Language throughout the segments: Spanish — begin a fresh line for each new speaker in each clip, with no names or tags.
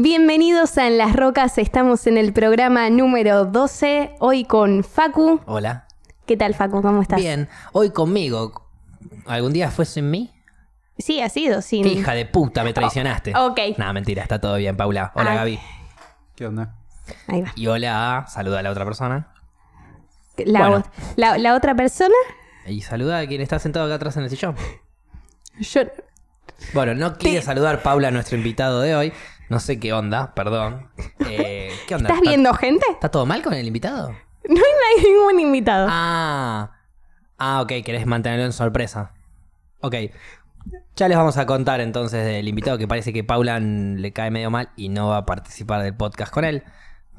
Bienvenidos a En las Rocas, estamos en el programa número 12, hoy con Facu.
Hola.
¿Qué tal Facu? ¿Cómo estás?
Bien, hoy conmigo. ¿Algún día fue sin mí?
Sí, ha sido, sí.
¿Qué hija de puta me traicionaste?
Oh, ok.
No, mentira, está todo bien, Paula. Hola,
Ah.
Gaby.
¿Qué onda?
Ahí va.
Y hola, saluda a la otra persona.
La,
Bueno.
o- la- la otra persona,
Y saluda a quien está sentado acá atrás en el sillón.
yo...
Bueno, no quiere saludar Paula, nuestro invitado de hoy. No sé qué onda, perdón. Eh, ¿Qué onda?
¿Estás
¿Está-
viendo gente?
¿Está todo mal con el invitado?
No hay nadie- ningún invitado.
Ah, ah, ok, querés mantenerlo en sorpresa. Ok. Ya les vamos a contar entonces del invitado que parece que Paula n- le cae medio mal y no va a participar del podcast con él.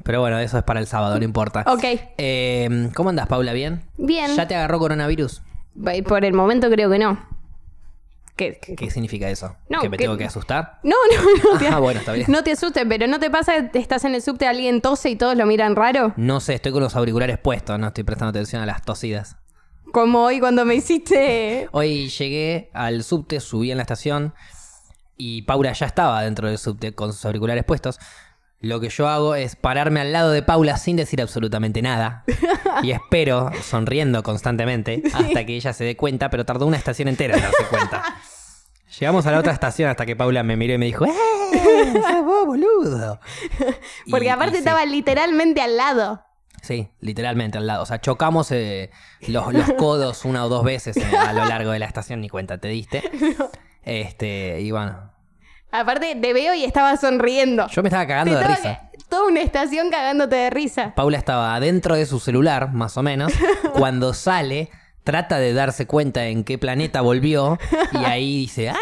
Pero bueno, eso es para el sábado, no importa.
Ok.
Eh, ¿Cómo andas, Paula? ¿Bien?
Bien.
¿Ya te agarró coronavirus?
Ba- Por el momento creo que no. Que- que-
¿Qué significa eso?
No,
¿Que me
que-
tengo que asustar?
No, no, no te,
Ah, bueno, está bien.
no te asustes, pero ¿no te pasa que estás en el subte, alguien tose y todos lo miran raro?
No sé, estoy con los auriculares puestos, no estoy prestando atención a las tosidas.
Como hoy cuando me hiciste...
Hoy llegué al subte, subí en la estación y Paula ya estaba dentro del subte con sus auriculares puestos. Lo que yo hago es pararme al lado de Paula sin decir absolutamente nada y espero, sonriendo constantemente, hasta que ella se dé cuenta, pero tardó una estación entera en darse cuenta. Llegamos a la otra estación hasta que Paula me miró y me dijo, ¡Eh! sos vos, boludo! Y-
Porque
y
aparte
sí.
estaba literalmente al lado.
Sí, literalmente al lado. O sea, chocamos eh, los, los codos una o dos veces eh, a lo largo de la estación, ni cuenta te diste. Este, y bueno,
Aparte, te veo y estaba sonriendo.
yo me estaba
Te
cagando de
estaba
risa.
ca- Toda una estación cagándote de risa.
Paula estaba adentro de su celular, más o menos. Cuando sale, trata de darse cuenta en qué planeta volvió y ahí dice, ¡ah,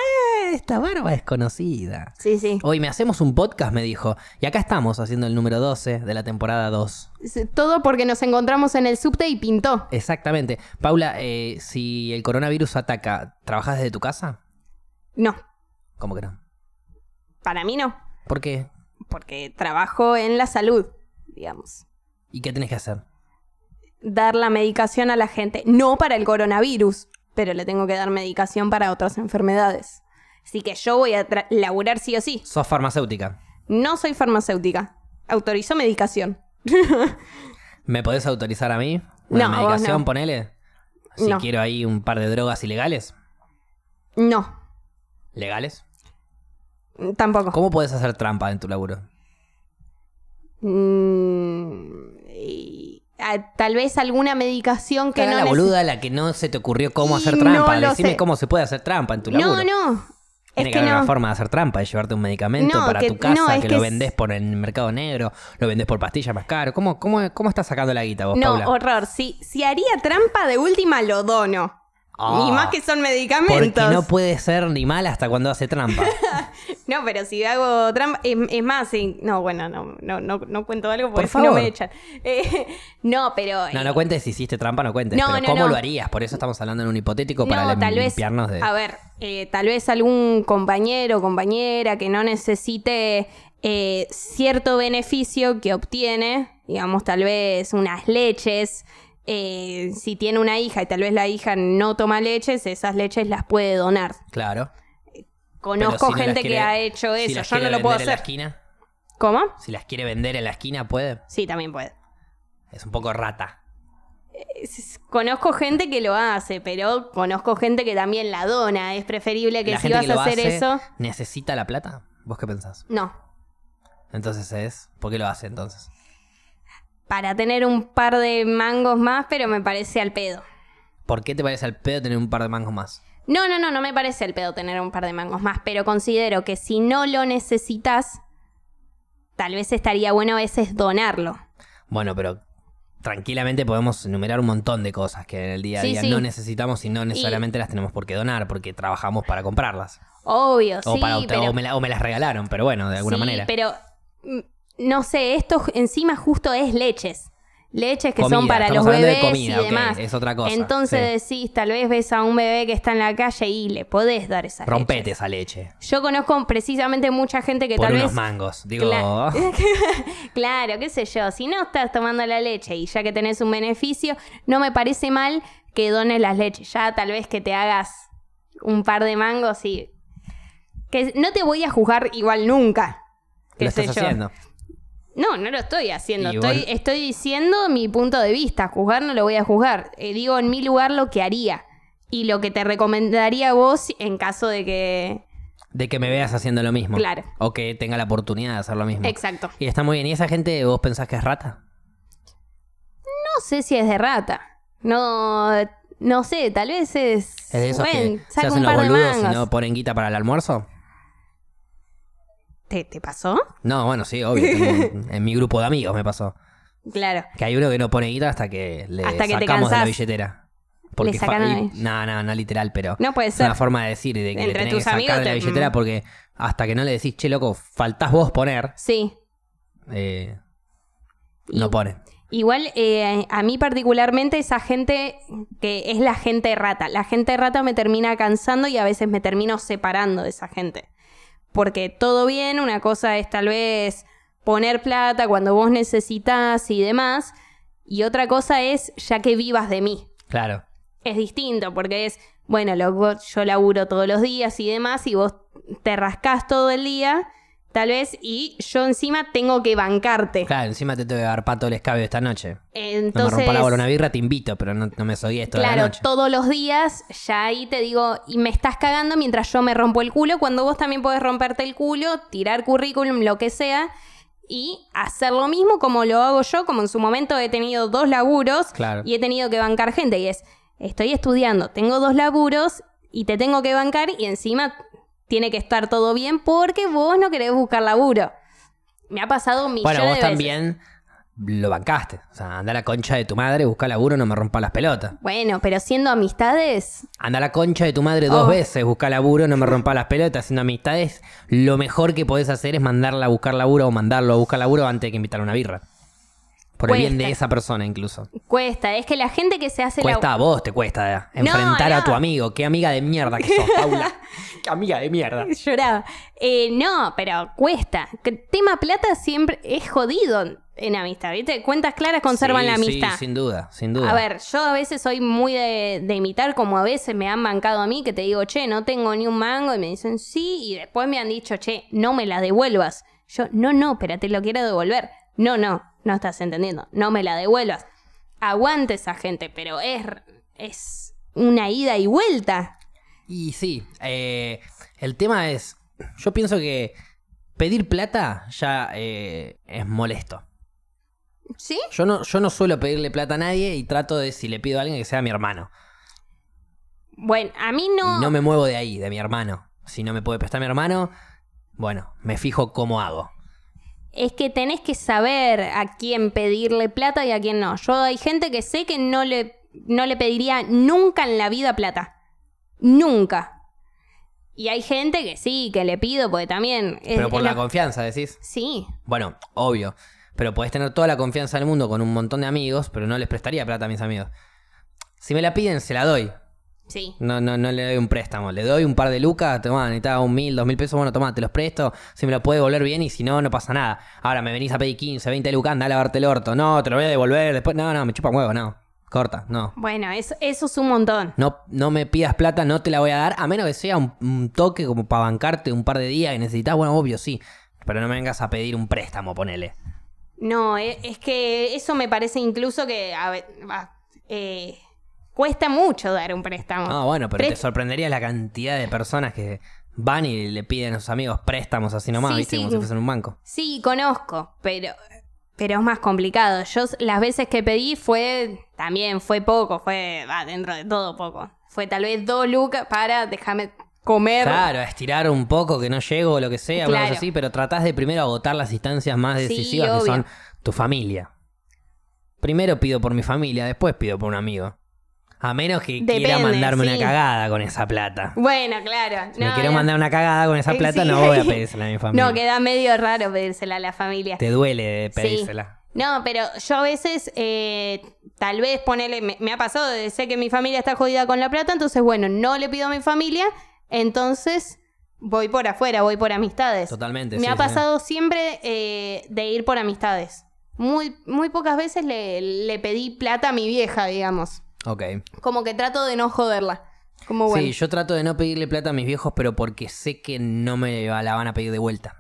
esta barba es conocida!
Sí, sí.
Hoy me hacemos un podcast, me dijo. Y acá estamos haciendo el número 12 de la temporada 2.
S- Todo porque nos encontramos en el subte y pintó.
Exactamente. Paula, eh, si el coronavirus ataca, ¿trabajas desde tu casa?
No,
¿Cómo que no?
para mí no.
¿Por qué?
Porque trabajo en la salud, digamos.
¿Y qué tenés que hacer?
Dar la medicación a la gente. No para el coronavirus, pero le tengo que dar medicación para otras enfermedades. Así que yo voy a tra- laburar sí o sí.
Sos farmacéutica.
No soy farmacéutica. Autorizo medicación.
¿Me podés autorizar a mí? ¿Una
No, vos
medicación,
no.
ponele? Si
No.
quiero ahí un par de drogas ilegales.
No,
¿Legales?
tampoco.
¿Cómo podés hacer trampa en tu laburo?
Mm, y- ah, tal vez alguna medicación que
Cagá
no
la
neces-
boluda la que no se te ocurrió cómo
Y
hacer
no
trampa.
lo
Decime
sé.
cómo se puede hacer trampa en tu
No,
laburo.
no.
Tiene
Es que
que haber
no.
una forma de hacer trampa, de llevarte un medicamento
No,
para
que-
tu casa,
no, es
que,
que
lo
es-
vendés por el mercado negro, lo vendés por pastillas más caro. ¿Cómo, cómo, cómo estás sacando la guita vos,
No,
Paula?
horror. Si, si haría trampa de última, lo dono.
Ah,
y más que son
Porque
medicamentos.
no puede ser ni mal hasta cuando hace trampa.
No, pero si hago trampa. Es, es más, si- no, bueno, no, no, no, no cuento algo porque
Por
si no
favor.
me echan. Eh, no, pero. eh,
No, no cuentes si hiciste trampa, no cuentes.
No,
pero
no,
¿cómo
no.
lo harías? Por eso estamos hablando en un hipotético para
no,
lim-
tal vez.
limpiarnos de.
A ver, eh, tal vez algún compañero o compañera que no necesite eh, cierto beneficio que obtiene, digamos, tal vez unas leches. eh, si tiene una hija y tal vez la hija no toma leches, esas leches las puede donar.
Claro. Pero
Conozco
si no las
gente
quiere-
que ha hecho
si
eso,
las
yo no
quiere
lo puedo
vender en la
hacer.
esquina,
¿Cómo?
si las quiere vender en la esquina, puede.
Sí, también puede.
Es un poco rata.
Es- es- Conozco gente que lo hace, pero conozco gente que también la dona. Es preferible que
la
si
gente
vas
que lo
a hacer
hace,
eso,
necesita la plata. ¿Vos qué pensás?
no.
Entonces es. ¿Por qué lo hace entonces?
para tener un par de mangos más, pero me parece al pedo.
¿Por qué te parece al pedo tener un par de mangos más?
No, no, no, no me parece al pedo tener un par de mangos más, pero considero que si no lo necesitas, tal vez estaría bueno a veces donarlo.
Bueno, pero tranquilamente podemos enumerar un montón de cosas que en el día a
Sí,
día
sí.
no necesitamos y no necesariamente las tenemos por qué donar, porque trabajamos para comprarlas.
Obvio,
O,
sí,
para, obte-
pero
o, me la- o me las regalaron, pero bueno, de alguna
sí,
manera.
pero mm, no sé, esto ju- encima justo es leches. Leches que son
Comida,
para
estamos
los
hablando de
bebés
comida,
y
ok,
demás.
es otra cosa,
Entonces decís, tal vez ves a un bebé que está en la calle y le podés dar esa
Rompete esa leche.
Yo conozco precisamente mucha gente que
Por
tal
unos
vez
mangos. Digo,
Cla- claro, qué sé yo. Si no estás tomando la leche y ya que tenés un beneficio, no me parece mal que dones las leches. Ya tal vez que te hagas un par de mangos y. Que no te voy a juzgar igual nunca. qué
lo
sé
estás
yo.
haciendo.
No, no lo estoy haciendo.
Y
Estoy,
vos-
estoy diciendo mi punto de vista. Juzgar no lo voy a juzgar. Eh, digo en mi lugar lo que haría. Y lo que te recomendaría a vos en caso de que.
De que me veas haciendo lo mismo.
Claro.
O que tenga la oportunidad de hacer lo mismo.
Exacto.
Y está muy bien. ¿Y esa gente vos pensás que es rata?
No sé si es de rata. No. No sé, tal vez es.
¿Es de esos
Bueno,
que se
saca
hacen
un
los
par de
boludos y
mangos.
no ponen guita para el almuerzo?
¿Te, te pasó?
No, bueno, sí, obvio. tengo un- en mi grupo de amigos me pasó.
Claro.
Que hay uno que no pone guita hasta que le
Hasta que te
sacamos de la
cansás.
billetera. Porque fa-
sacan
y-
ahí.
No, no, no literal, pero
No puede
es una
ser.
forma de decir de que le
Entre
tenés
tus
que sacar
amigos
de la
te-
billetera
mm.
porque hasta que no le decís, che, loco, faltás vos poner,
Sí.
eh, no pone.
Igual eh, a mí particularmente esa gente que es la gente rata. La gente rata me termina cansando y a veces me termino separando de esa gente. Porque todo bien, una cosa es tal vez poner plata cuando vos necesitas y demás. Y otra cosa es ya que vivas de mí.
Claro.
Es distinto porque es, bueno, lo, vos- yo laburo todos los días y demás y vos te rascás todo el día, tal vez, y yo encima tengo que bancarte.
Claro, encima te tengo que dar pato el escabio esta noche. No
Entonces,
me rompa la bola una birra, te invito, pero no, no me soy esto de la
Claro,
noche.
todos los días, ya ahí te digo, y me estás cagando mientras yo me rompo el culo, cuando vos también podés romperte el culo, tirar currículum, lo que sea, y hacer lo mismo como lo hago yo, como en su momento he tenido dos laburos
Claro.
y he tenido que bancar gente, y es, estoy estudiando, tengo dos laburos y te tengo que bancar y encima tiene que estar todo bien porque vos no querés buscar laburo. Me ha pasado millones
Bueno,
de
vos
veces.
también lo bancaste. O sea, anda a la concha de tu madre, busca laburo, no me rompa las pelotas.
Bueno, pero siendo amistades,
Anda a la concha de tu madre dos
Oh.
veces, busca laburo, no me rompa las pelotas, haciendo amistades. Lo mejor que podés hacer es mandarla a buscar laburo o mandarlo a buscar laburo antes de que invitarle una birra. Por el bien
Cuesta.
de esa persona incluso.
cuesta. Es que la gente que se hace la
Cuesta a vos, te cuesta eh, enfrentar a
no.
tu amigo. Qué amiga de mierda que sos, Paula. Qué amiga de mierda.
Lloraba. Eh, no, pero cuesta. Que Tema plata siempre es jodido en amistad, ¿viste? Cuentas claras conservan
Sí,
la
sí,
amistad.
sin duda, sin duda.
A ver, yo a veces soy muy de, de imitar, como a veces me han bancado a mí, que te digo, che, no tengo ni un mango, y me dicen sí, y después me han dicho, che, no me la devuelvas. Yo, no, no, pero te lo quiero devolver. No, no, no estás entendiendo, no me la devuelvas. Aguante esa gente, pero es, es una ida y vuelta.
Y sí, eh, el tema es, yo pienso que pedir plata ya eh, es molesto.
¿Sí?
Yo no, yo no suelo pedirle plata a nadie y trato de, si le pido a alguien, que sea mi hermano.
Bueno, a mí no...
Y no me muevo de ahí, de mi hermano. Si no me puede prestar mi hermano, bueno, me fijo cómo hago.
Es que tenés que saber a quién pedirle plata y a quién no. Yo hay gente que sé que no le, no le pediría nunca en la vida plata. Nunca. Y hay gente que sí, que le pido, porque también... es-
Pero por
es
la
lo-
confianza, decís.
Sí,
Bueno, obvio. Pero podés tener toda la confianza del mundo con un montón de amigos, pero no les prestaría plata a mis amigos. Si me la piden, se la doy.
sí.
No, no, no le doy un préstamo. Le doy un par de lucas, tomá, necesitaba un mil, dos mil pesos, bueno, tomá, te los presto. Si me lo puede devolver bien y si no, no pasa nada. Ahora me venís a pedir 15, 20 lucas, anda a lavarte el orto. No, te lo voy a devolver después. No, no, me chupa un huevo, no. Corta, no.
Bueno, eso, eso es un montón.
No, no me pidas plata, no te la voy a dar, a menos que sea un, un toque como para bancarte un par de días que necesitas. Bueno, obvio, sí. Pero no me vengas a pedir un préstamo, ponele.
No, e- es, que eso me parece incluso que... a ve- va, eh, cuesta mucho dar un préstamo.
Ah, bueno, pero te
Prés-
sorprendería la cantidad de personas que van y le piden a sus amigos préstamos así nomás,
Sí,
¿viste?
sí.
Como si fuesen un banco.
Sí, conozco, pero, pero es más complicado. Yo s- las veces que pedí fue, también fue poco, fue, va, dentro de todo poco. Fue tal vez dos lucas para, déjame comer.
Claro, a estirar un poco, que no llego o lo que sea, una cosa
Claro.
así, pero tratás de primero agotar las instancias más
Sí,
decisivas que
obvio.
son tu familia. Primero pido por mi familia, después pido por un amigo. A menos que quiera
Depende,
mandarme
sí.
una cagada con esa plata.
Bueno, claro.
Si me
no,
quiero
no.
mandar una cagada con esa
Eh,
plata,
sí.
no voy a pedírsela a mi familia.
No, queda medio raro pedírsela a la familia.
Te duele
Sí.
pedírsela.
No, pero yo a veces, eh, tal vez ponerle, me, me ha pasado, de- sé que mi familia está jodida con la plata, entonces bueno, no le pido a mi familia, entonces voy por afuera, voy por amistades.
Totalmente.
Me
sí,
ha
sí.
pasado siempre eh, de ir por amistades. Muy, muy pocas veces le, le pedí plata a mi vieja, digamos.
Ok.
Como que trato de no joderla. Como bueno.
Sí, yo trato de no pedirle plata a mis viejos, pero porque sé que no me va- la van a pedir de vuelta.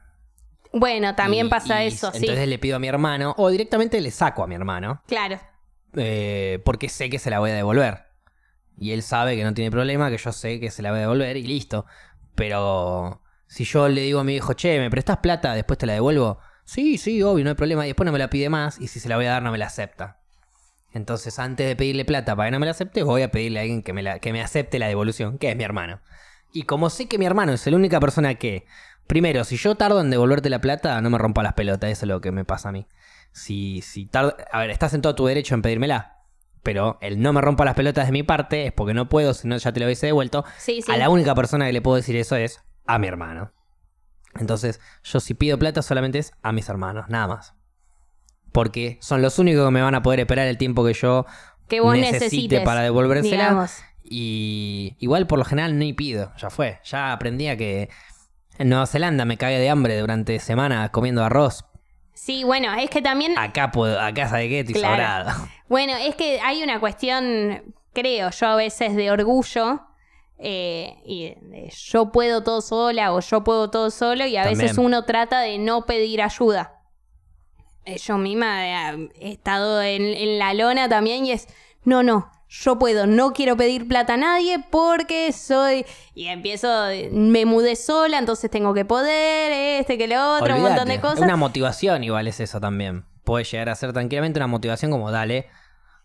Bueno, también
Y-
pasa
y
eso, sí.
Entonces le pido a mi hermano, o directamente le saco a mi hermano,
Claro.
eh, porque sé que se la voy a devolver. Y él sabe que no tiene problema, que yo sé que se la voy a devolver y listo. Pero si yo le digo a mi hijo, che, ¿me prestás plata? Después te la devuelvo. Sí, sí, obvio, no hay problema. Y después no me la pide más y si se la voy a dar no me la acepta. Entonces antes de pedirle plata para que no me la acepte, voy a pedirle a alguien que me, la- que me acepte la devolución, que es mi hermano. Y como sé que mi hermano es la única persona que... Primero, si yo tardo en devolverte la plata, no me rompa las pelotas, eso es lo que me pasa a mí. Si, si tarda, a ver, estás en todo tu derecho en pedírmela. Pero el no me rompa las pelotas de mi parte es porque no puedo, si no ya te lo hubiese devuelto.
Sí, sí.
A la única persona que le puedo decir eso es a mi hermano. Entonces, yo si pido plata solamente es a mis hermanos, nada más. Porque son los únicos que me van a poder esperar el tiempo que yo
que vos
necesite
necesites.
para devolvérsela.
digamos.
Y igual por lo general ni pido, ya fue. Ya aprendí a que en Nueva Zelanda me cagué de hambre durante semanas comiendo arroz.
Sí, bueno, es que también
Acá puedo, acá sabe qué, estoy
Claro.
sobrado.
Bueno, es que hay una cuestión, creo yo, a veces de orgullo. eh, y de yo puedo todo sola o yo puedo todo solo. Y a
También.
veces uno trata de no pedir ayuda. Eh, yo misma eh, he estado en, en la lona también y es, no, no, yo puedo, no quiero pedir plata a nadie porque soy... Y empiezo, me mudé sola, entonces tengo que poder, este, que lo otro, un montón de
Olvídate.
cosas.
Una motivación igual es eso también. Puede llegar a ser tranquilamente una motivación como dale.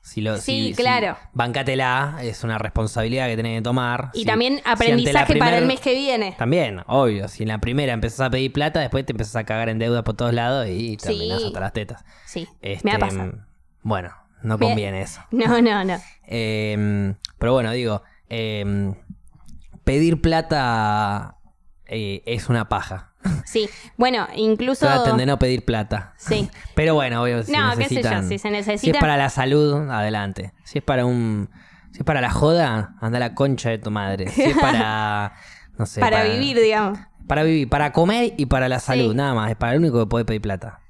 Si lo,
Sí,
si-
claro.
si- bancátela, es una responsabilidad que tenés que tomar.
Y
Si- si
también
ante la
aprendizaje para
primer-
el mes que viene.
También, obvio. Si en la primera empezás a pedir plata, después te empezás a cagar en deuda por todos lados y terminás
Sí.
hasta las tetas.
Sí,
Este,
me ha pasado.
Bueno, no
Me-
conviene eso.
No, no, no.
Eh, pero bueno, digo, eh, pedir plata eh, es una paja.
Sí. Bueno, incluso.
Traten de no pedir plata.
Sí.
Pero bueno, obvio, si
No, qué sé yo,
necesitan...
si se necesita.
Si es para la salud, adelante. Si es para un... Si es para la joda, anda a la concha de tu madre. Si es para... No sé.
para vivir, digamos.
Para vivir, para comer y para la salud,
Sí.
nada más. Es para el único que puede pedir plata.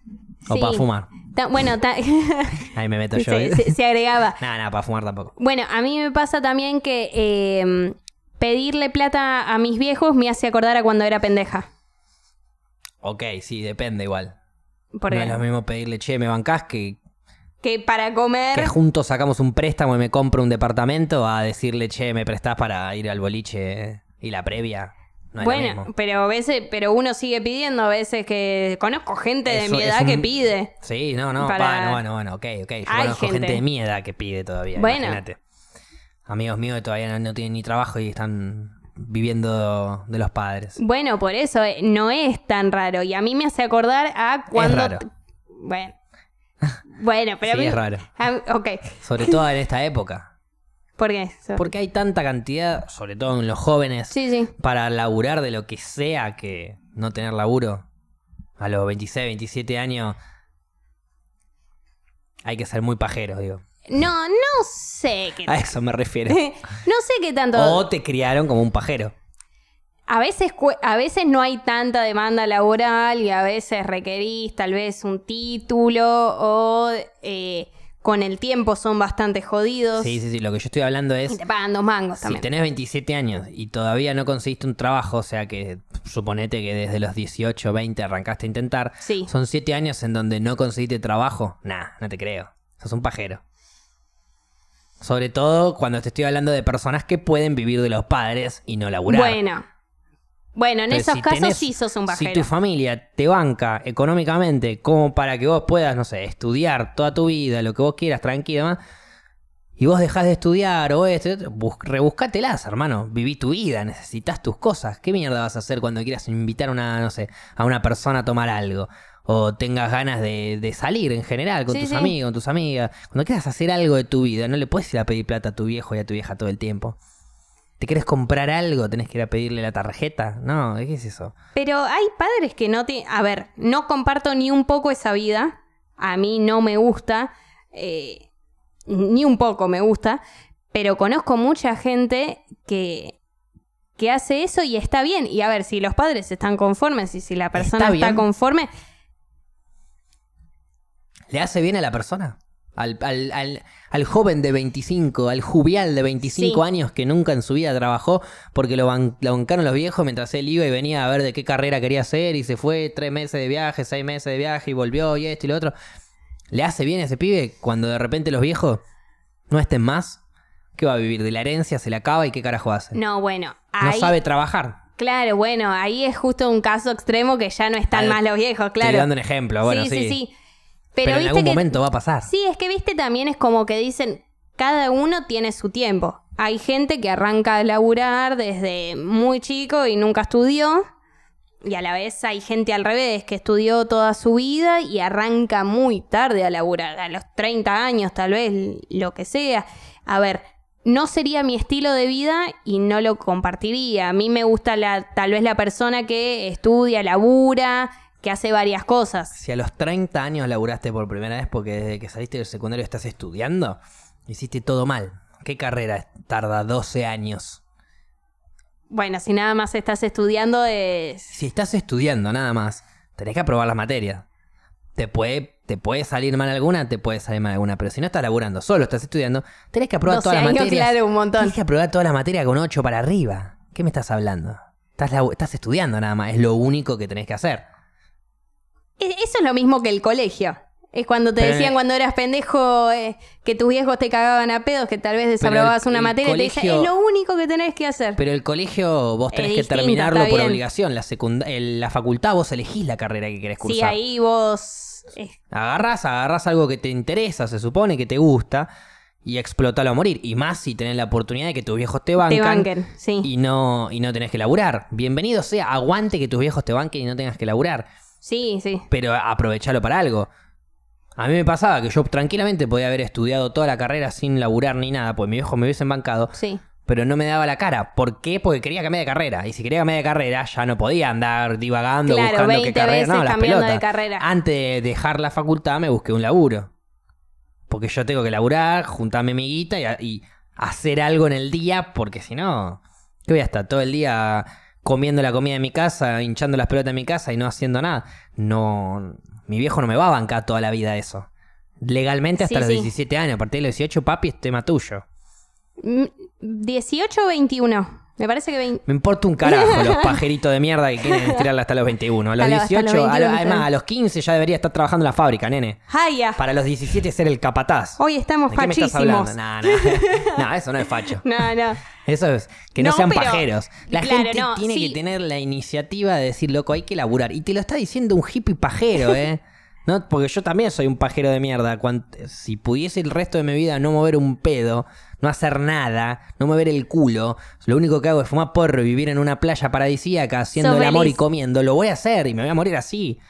O
Sí.
para fumar.
Ta- bueno, ta-
Ahí me meto yo. ¿eh?
se, se- se agregaba.
Nada, nada, para fumar tampoco.
Bueno, a mí me pasa también que eh, pedirle plata a mis viejos me hace acordar a cuando era pendeja.
Ok, sí, depende igual.
Porque
No es lo mismo pedirle, che, me bancás que,
que para
que
comer.
juntos sacamos un préstamo y me compro un departamento a decirle, che, me prestás para ir al boliche eh?" y la previa. No es lo
bueno,
mismo.
pero a veces, pero uno sigue pidiendo a veces que conozco gente de
Eso
mi
es
edad que
un-
pide.
Sí, no, no,
Para-
pa, no, bueno, bueno, ok, ok. Yo
Hay
conozco gente.
gente.
de mi edad que pide todavía,
Bueno.
imagínate. Amigos míos que todavía no, no tienen ni trabajo y están viviendo de los padres.
Bueno, por eso eh, no es tan raro. Y a mí me hace acordar a cuando.
raro.
Bueno. Bueno, pero. a
sí,
mí-
es raro.
a mí- ok.
Sobre todo en esta época.
¿Por qué? So-
Porque hay tanta cantidad, sobre todo en los jóvenes,
Sí, sí.
para laburar de lo que sea que no tener laburo. A los 26, 27 años hay que ser muy pajero, digo.
No, no sé qué.
A eso me refiero.
no sé qué tanto.
o te criaron como un pajero.
A veces, cue- a veces no hay tanta demanda laboral y a veces requerís tal vez un título o eh, con el tiempo son bastante jodidos.
Sí, sí, sí. Lo que yo estoy hablando
Y
es,
te pagan dos mangos
si
también.
tenés 27 años y todavía no conseguiste un trabajo, o sea que suponete que desde los 18, 20 arrancaste a intentar,
Sí.
son 7 años en donde no conseguiste trabajo, nah, no te creo. Sos un pajero. Sobre todo cuando te estoy hablando de personas que pueden vivir de los padres y no laburar.
Bueno. Bueno, en
Entonces,
esos
si
casos
tenés-
sí sos un
Si
bajero.
tu familia te banca económicamente como para que vos puedas, no sé, estudiar toda tu vida, lo que vos quieras, tranquilo, demás, y vos dejás de estudiar o esto, y otro, bus- rebuscátelas, hermano. Viví tu vida, necesitas tus cosas. ¿Qué mierda vas a hacer cuando quieras invitar a una, no sé, a una persona a tomar algo? O tengas ganas de, de salir en general con
Sí,
tus
sí.
amigos, con tus amigas. Cuando quieras hacer algo de tu vida, no le puedes ir a pedir plata a tu viejo y a tu vieja todo el tiempo. ¿Te querés comprar algo? ¿Tenés que ir a pedirle la tarjeta? No, ¿qué es eso?
Pero hay padres que no te... A ver, no comparto ni un poco esa vida. A mí no me gusta. eh, ni un poco me gusta. Pero conozco mucha gente que, que hace eso y está bien. Y a ver, si los padres están conformes y si la persona
Está
está,
bien.
conforme...
¿Le hace bien a la persona? Al, al- al- al joven de 25, al juvial de 25
Sí.
años que nunca en su vida trabajó porque lo, ban- lo bancaron los viejos mientras él iba y venía a ver de qué carrera quería hacer y se fue tres meses de viaje, seis meses de viaje y volvió y esto y lo otro. ¿Le hace bien a ese pibe cuando de repente los viejos no estén más? ¿Qué va a vivir? ¿De la herencia? ¿Se la acaba y qué carajo hace?
No, bueno.
no
Ahí,
sabe trabajar.
Claro, bueno, ahí es justo un caso extremo que ya no están
Ah,
más los viejos,
Estoy
claro.
dando un ejemplo, bueno, sí.
sí, sí, sí.
Pero,
Pero,
en
viste
algún
que,
momento va a pasar.
Sí, es que viste también es como que dicen, cada uno tiene su tiempo. Hay gente que arranca a laburar desde muy chico y nunca estudió. Y a la vez hay gente al revés, que estudió toda su vida y arranca muy tarde a laburar, a los 30 años tal vez, lo que sea. A ver, no sería mi estilo de vida y no lo compartiría. A mí me gusta la, tal vez la persona que estudia, labura, que hace varias cosas.
Si a los 30 años laburaste por primera vez porque desde que saliste del secundario estás estudiando, hiciste todo mal. ¿Qué carrera tarda 12 años?
Bueno, si nada más estás estudiando es...
Si estás estudiando nada más, tenés que aprobar las materias. Te puede, te puede salir mal alguna, te puede salir mal alguna, pero si no estás laburando solo, estás estudiando, tenés que aprobar
12
todas las
años,
materias.
claro, un montón.
Tenés que aprobar todas las materias con 8 para arriba. ¿Qué me estás hablando? Estás, labu- estás estudiando nada más, es lo único que tenés que hacer.
E- Eso es lo mismo que el colegio. Es cuando te
Pero en
decían
el-
cuando eras pendejo eh, que tus viejos te cagaban a pedos, que tal vez desaprobabas
el-
una
el
materia y te
colegio-
decían, es lo único que tenés que hacer.
Pero el colegio vos
Es
tenés
distinto,
que terminarlo
está
por
bien.
obligación. La, secund- el- la facultad vos elegís la carrera que querés cursar.
Sí, ahí vos... eh,
Agarrás, agarrás algo que te interesa, se supone que te gusta, y explotalo a morir. Y más si tenés la oportunidad de que tus viejos te bancan.
te banquen, sí.
Y no, y no tenés que laburar. Bienvenido sea, aguante que tus viejos te banquen y no tengas que laburar.
Sí, sí.
Pero aprovechalo para algo. A mí me pasaba que yo tranquilamente podía haber estudiado toda la carrera sin laburar ni nada, pues mis viejos me hubiesen bancado
Sí.
pero no me daba la cara. ¿Por qué? Porque quería cambiar de carrera. Y si quería cambiar de carrera, ya no podía andar divagando,
Claro,
buscando qué
20
carrera.
veces
No, las
cambiando de
pelotas. Ah.
carrera.
Antes de dejar la facultad, me busqué un laburo. Porque yo tengo que laburar, juntarme mi guita y, a- y hacer algo en el día, porque si no, ¿qué voy a estar todo el día comiendo la comida de mi casa, hinchando las pelotas de mi casa y no haciendo nada? No, mi viejo no me va a bancar toda la vida eso. Legalmente hasta
Sí,
los
sí.
17 años, a partir de los 18, papi, es tema tuyo.
Mm, 18 o 21. Me parece que 20...
Me importa un carajo los pajeritos de mierda que quieren estirarla hasta los 21. A los
A los- hasta los
18, a lo-
21,
además,
claro.
a los 15 ya debería estar trabajando en la fábrica, nene.
¡Jaya!
Para los 17 ser el capataz.
Hoy estamos
¿De qué me estás hablando?
Oh, fachísimos.
No, no. No, eso no es facho.
No, no.
Eso es que no,
No,
sean
pero-
pajeros. La
claro,
gente
no,
tiene
sí.
que tener la iniciativa de decir, loco, hay que laburar. Y te lo está diciendo un hippie pajero, ¿eh? No, porque yo también soy un pajero de mierda. Cuan- si pudiese el resto de mi vida no mover un pedo, no hacer nada, no mover el culo, lo único que hago es fumar porro y vivir en una playa paradisíaca haciendo
Sos
el amor y
feliz.
comiendo, lo voy a hacer y me voy a morir así.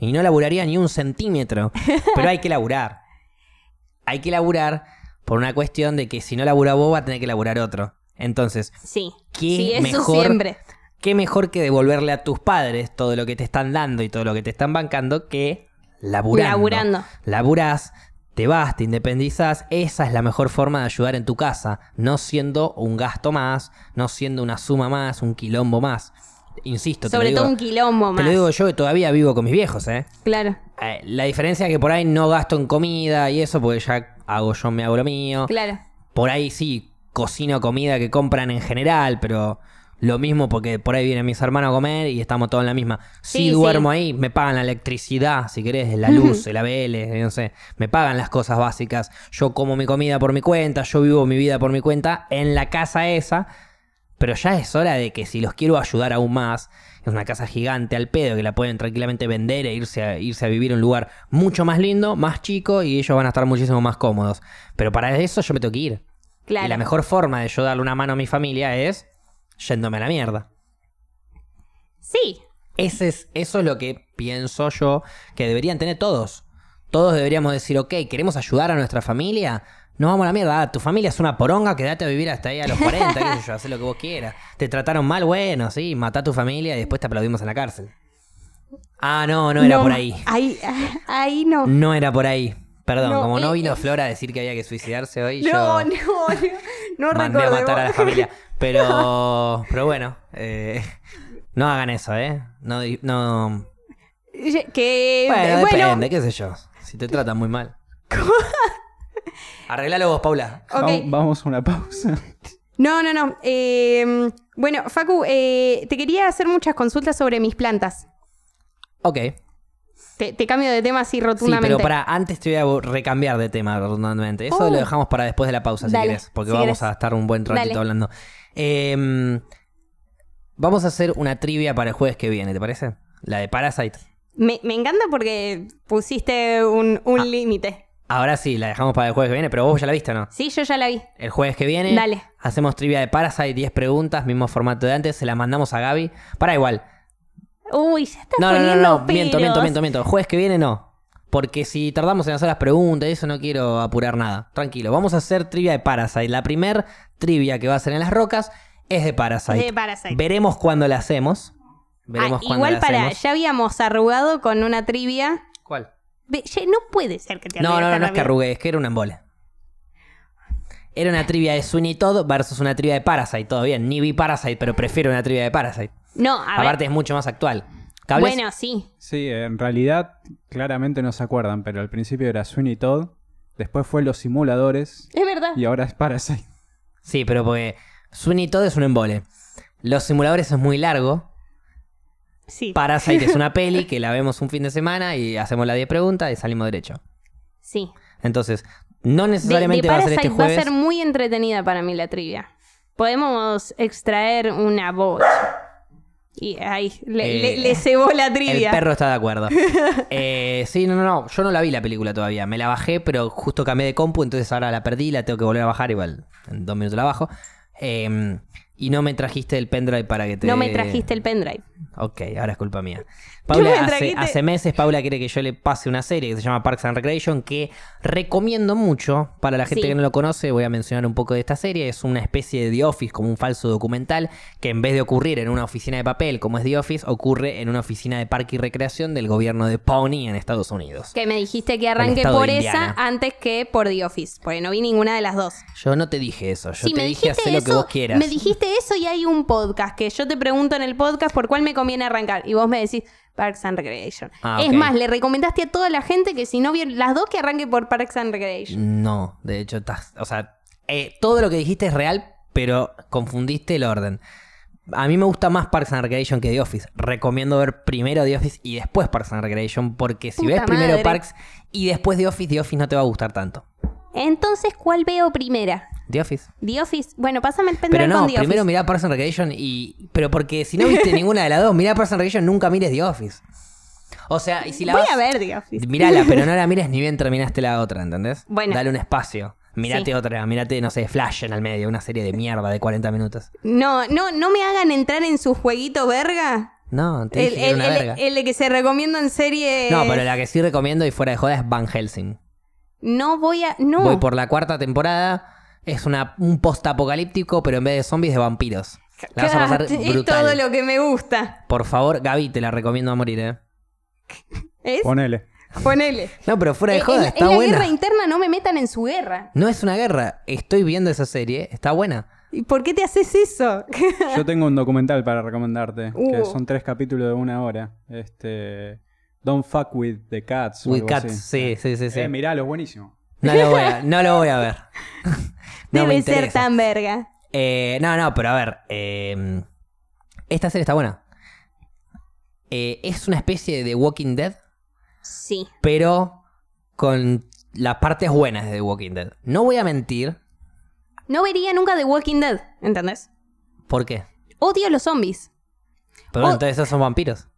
Y no laburaría ni un centímetro. Pero hay que laburar. Hay que laburar por una cuestión de que si no labura vos va a tener que laburar otro. Entonces,
Sí.
Qué
Sí, eso
mejor-
siempre.
qué mejor que devolverle a tus padres todo lo que te están dando y todo lo que te están bancando que laburando.
Laburando.
Laburás, te vas, te independizás. Esa es la mejor forma de ayudar en tu casa, no siendo un gasto más, no siendo una suma más, un quilombo más. Insisto, te lo,
Sobre
digo,
todo un quilombo
te
más.
lo digo yo que todavía vivo con mis viejos, ¿eh?
Claro,
Eh, La diferencia es que por ahí no gasto en comida y eso, porque ya hago yo, me hago lo mío.
claro.
Por ahí sí, cocino comida que compran en general, pero lo mismo porque por ahí vienen mis hermanos a comer y estamos todos en la misma. Si
Sí, sí.
duermo ahí, me pagan la electricidad, si querés, la luz, el ABL, eh, no sé. Me pagan las cosas básicas. Yo como mi comida por mi cuenta, yo vivo mi vida por mi cuenta en la casa esa. Pero ya es hora de que si los quiero ayudar aún más, es una casa gigante al pedo que la pueden tranquilamente vender e irse a, irse a vivir a un lugar mucho más lindo, más chico y ellos van a estar muchísimo más cómodos. Pero para eso yo me tengo que ir.
Claro.
Y la mejor forma de yo darle una mano a mi familia es yéndome a la mierda.
Sí,
Ese es, eso es lo que pienso yo que deberían tener todos. Todos deberíamos decir, ok, queremos ayudar a nuestra familia. No vamos a la mierda. Ah, tu familia es una poronga, quédate a vivir hasta ahí a los 40, qué sé yo, haz lo que vos quieras. Te trataron mal, bueno, sí, matá a tu familia y después te aplaudimos en la cárcel. Ah, no, no era por ahí.
Ahí, ahí no.
No era por ahí. Perdón,
No,
como no
eh,
vino Flora a decir que había que suicidarse hoy,
No, no,
yo...
no, no
mandé a
recordemos.
matar a la familia. Pero, pero bueno, eh, no hagan eso, ¿eh? No, di- no.
Que,
Bueno,
Eh, bueno,
depende, qué sé yo. Si te tratan muy mal. Arreglalo vos, Paula.
Ok.
Vamos- Vamos a una pausa.
No, no, no. Eh, bueno, Facu, eh, te quería hacer muchas consultas sobre mis plantas.
Ok.
Te, te cambio de tema así
Sí,
rotundamente.
pero para antes te voy a recambiar de tema redundantemente. Eso
Oh.
lo dejamos para después de la pausa, si
Dale,
querés, porque
si
vamos
querés.
a estar un buen ratito
Dale.
hablando. Em, vamos a hacer una trivia para el jueves que viene, ¿te parece? La de Parasite.
me, me encanta porque pusiste un, un
Ah.
límite.
Ahora sí, la dejamos para el jueves que viene, pero vos ya la viste, ¿o ¿no?
Sí, yo ya la vi.
El jueves que viene
Dale.
hacemos trivia de Parasite, 10 preguntas, mismo formato de antes, se la mandamos a Gaby. Para igual.
Uy, ya estás
No, no, no,
poniendo
no, miento,
peros.
miento, miento, miento. El jueves que viene no. Porque si tardamos en hacer las preguntas, eso no quiero apurar nada. Tranquilo, vamos a hacer trivia de Parasite. La primer trivia que va a ser en las rocas es de Parasite.
De Parasite.
Veremos cuándo la hacemos.
Ah,
Veremos cuándo
igual
la
para,
hacemos.
ya habíamos arrugado con una trivia.
¿Cuál?
Ve, ye- no puede ser que te
No,
arrugues
no, no,
tan
no es que
rápido.
arrugué, es que era un embole. Era una trivia de Sweeney Todd versus una trivia de Parasite, todo bien. Ni vi Parasite, pero prefiero una trivia de Parasite.
No, a
Aparte
ver.
es mucho más actual. ¿Cables?
Bueno, sí.
Sí, en realidad claramente no se acuerdan, pero al principio era Sweeney Todd, después fue Los Simuladores
Es verdad.
y ahora es Parasite.
Sí, pero porque Sweeney Todd es un embole. Los simuladores es muy largo.
Sí.
Parasite es una peli que la vemos un fin de semana y hacemos las 10 preguntas y salimos derecho.
sí.
Entonces, no
De, de
necesariamente va a ser
Parasite
este
va a
jueves.
ser muy entretenida para mí la trivia. Podemos extraer una voz. Y ahí, le,
Eh,
le- le cebó la
El
trivia.
perro está de acuerdo. Eh, sí, no, no, no. Yo no la vi la película todavía. Me la bajé, pero justo cambié de compu, entonces ahora la perdí, la tengo que volver a bajar. Igual, en dos minutos la bajo. Eh, y no me trajiste el pendrive para que te.
No me trajiste el pendrive.
Ok, ahora es culpa mía.
me
Paula, hace,
trajiste-
hace meses Paula quiere que yo le pase una serie que se llama Parks and Recreation, que recomiendo mucho para la gente
Sí.
que no lo conoce. Voy a mencionar un poco de esta serie. Es una especie de The Office, como un falso documental, que en vez de ocurrir en una oficina de papel, como es The Office, ocurre en una oficina de parque y recreación del gobierno de Pawnee en Estados Unidos.
Que me dijiste que arranque
estado
por
de
esa
Indiana.
antes que por The Office. Porque no vi ninguna de las dos.
Yo no te dije eso, yo
Sí,
te
me
dije
dijiste
hacer lo que
eso-
vos quieras.
Me dijiste eso y hay un podcast que yo te pregunto en el podcast por cuál me conviene arrancar. Y vos me decís Parks and Recreation.
Ah,
es
ok.
más, le recomendaste a toda la gente que si no vieron las dos que arranque por Parks and
Mm.
Recreation.
No, de hecho, estás. O sea, eh, todo lo que dijiste es real, pero confundiste el orden. A mí me gusta más Parks and Recreation que The Office. Recomiendo ver primero The Office y después Parks and Recreation, porque si
Puta
ves primero
madre.
Parks y después The Office, The Office no te va a gustar tanto.
Entonces, ¿cuál veo primera?
The Office.
The Office. Bueno, pásame el pendrive
Pero no,
con The
primero
Office.
mirá Parks and Recreation y. Pero porque si no viste ninguna de las dos, mirá Parks and Recreation, nunca mires The Office. O sea, y si la
Voy
vas-
a ver The Office.
Mírala, pero no la mires ni bien terminaste la otra, ¿entendés?
Bueno.
Dale un espacio. Mirate
Sí.
otra, mirate, no sé, Flash en el medio, una serie de mierda de 40 minutos.
No, no, no me hagan entrar en su jueguito verga.
No, te
El,
dije que era
el-
una
el-
verga.
el de que se recomienda en serie.
no, pero la que sí recomiendo y fuera de joda es Van Helsing.
No voy a. No.
Voy por la cuarta temporada. Es una, un post apocalíptico, pero en vez de zombies, de vampiros. La vas a pasar
Es
brutal.
todo lo que me gusta.
Por favor, Gaby, te la recomiendo a morir, ¿eh?
¿Es?
Ponele.
Ponele.
No, pero fuera de
Eh,
joda,
en la-
está
en la
buena.
guerra interna no me metan en su guerra.
No es una guerra. Estoy viendo esa serie, está buena.
¿Y por qué te haces eso?
Yo tengo un documental para recomendarte,
Uh.
que son tres capítulos de una hora. Este, Don't fuck with the cats. o
With
algo
Cats,
así.
sí, sí, sí. sí.
Eh, miralo, es buenísimo.
No lo voy a, no lo voy a ver. No me
Debe ser
interesa.
tan verga.
Eh, no, no, pero a ver. eh, esta serie está buena. Eh, es una especie de Walking Dead,
Sí.
pero con las partes buenas de The Walking Dead. No voy a mentir.
No vería nunca The Walking Dead, ¿entendés?
¿Por qué?
Odio los zombies.
Pero
Oh.
entonces esos son vampiros.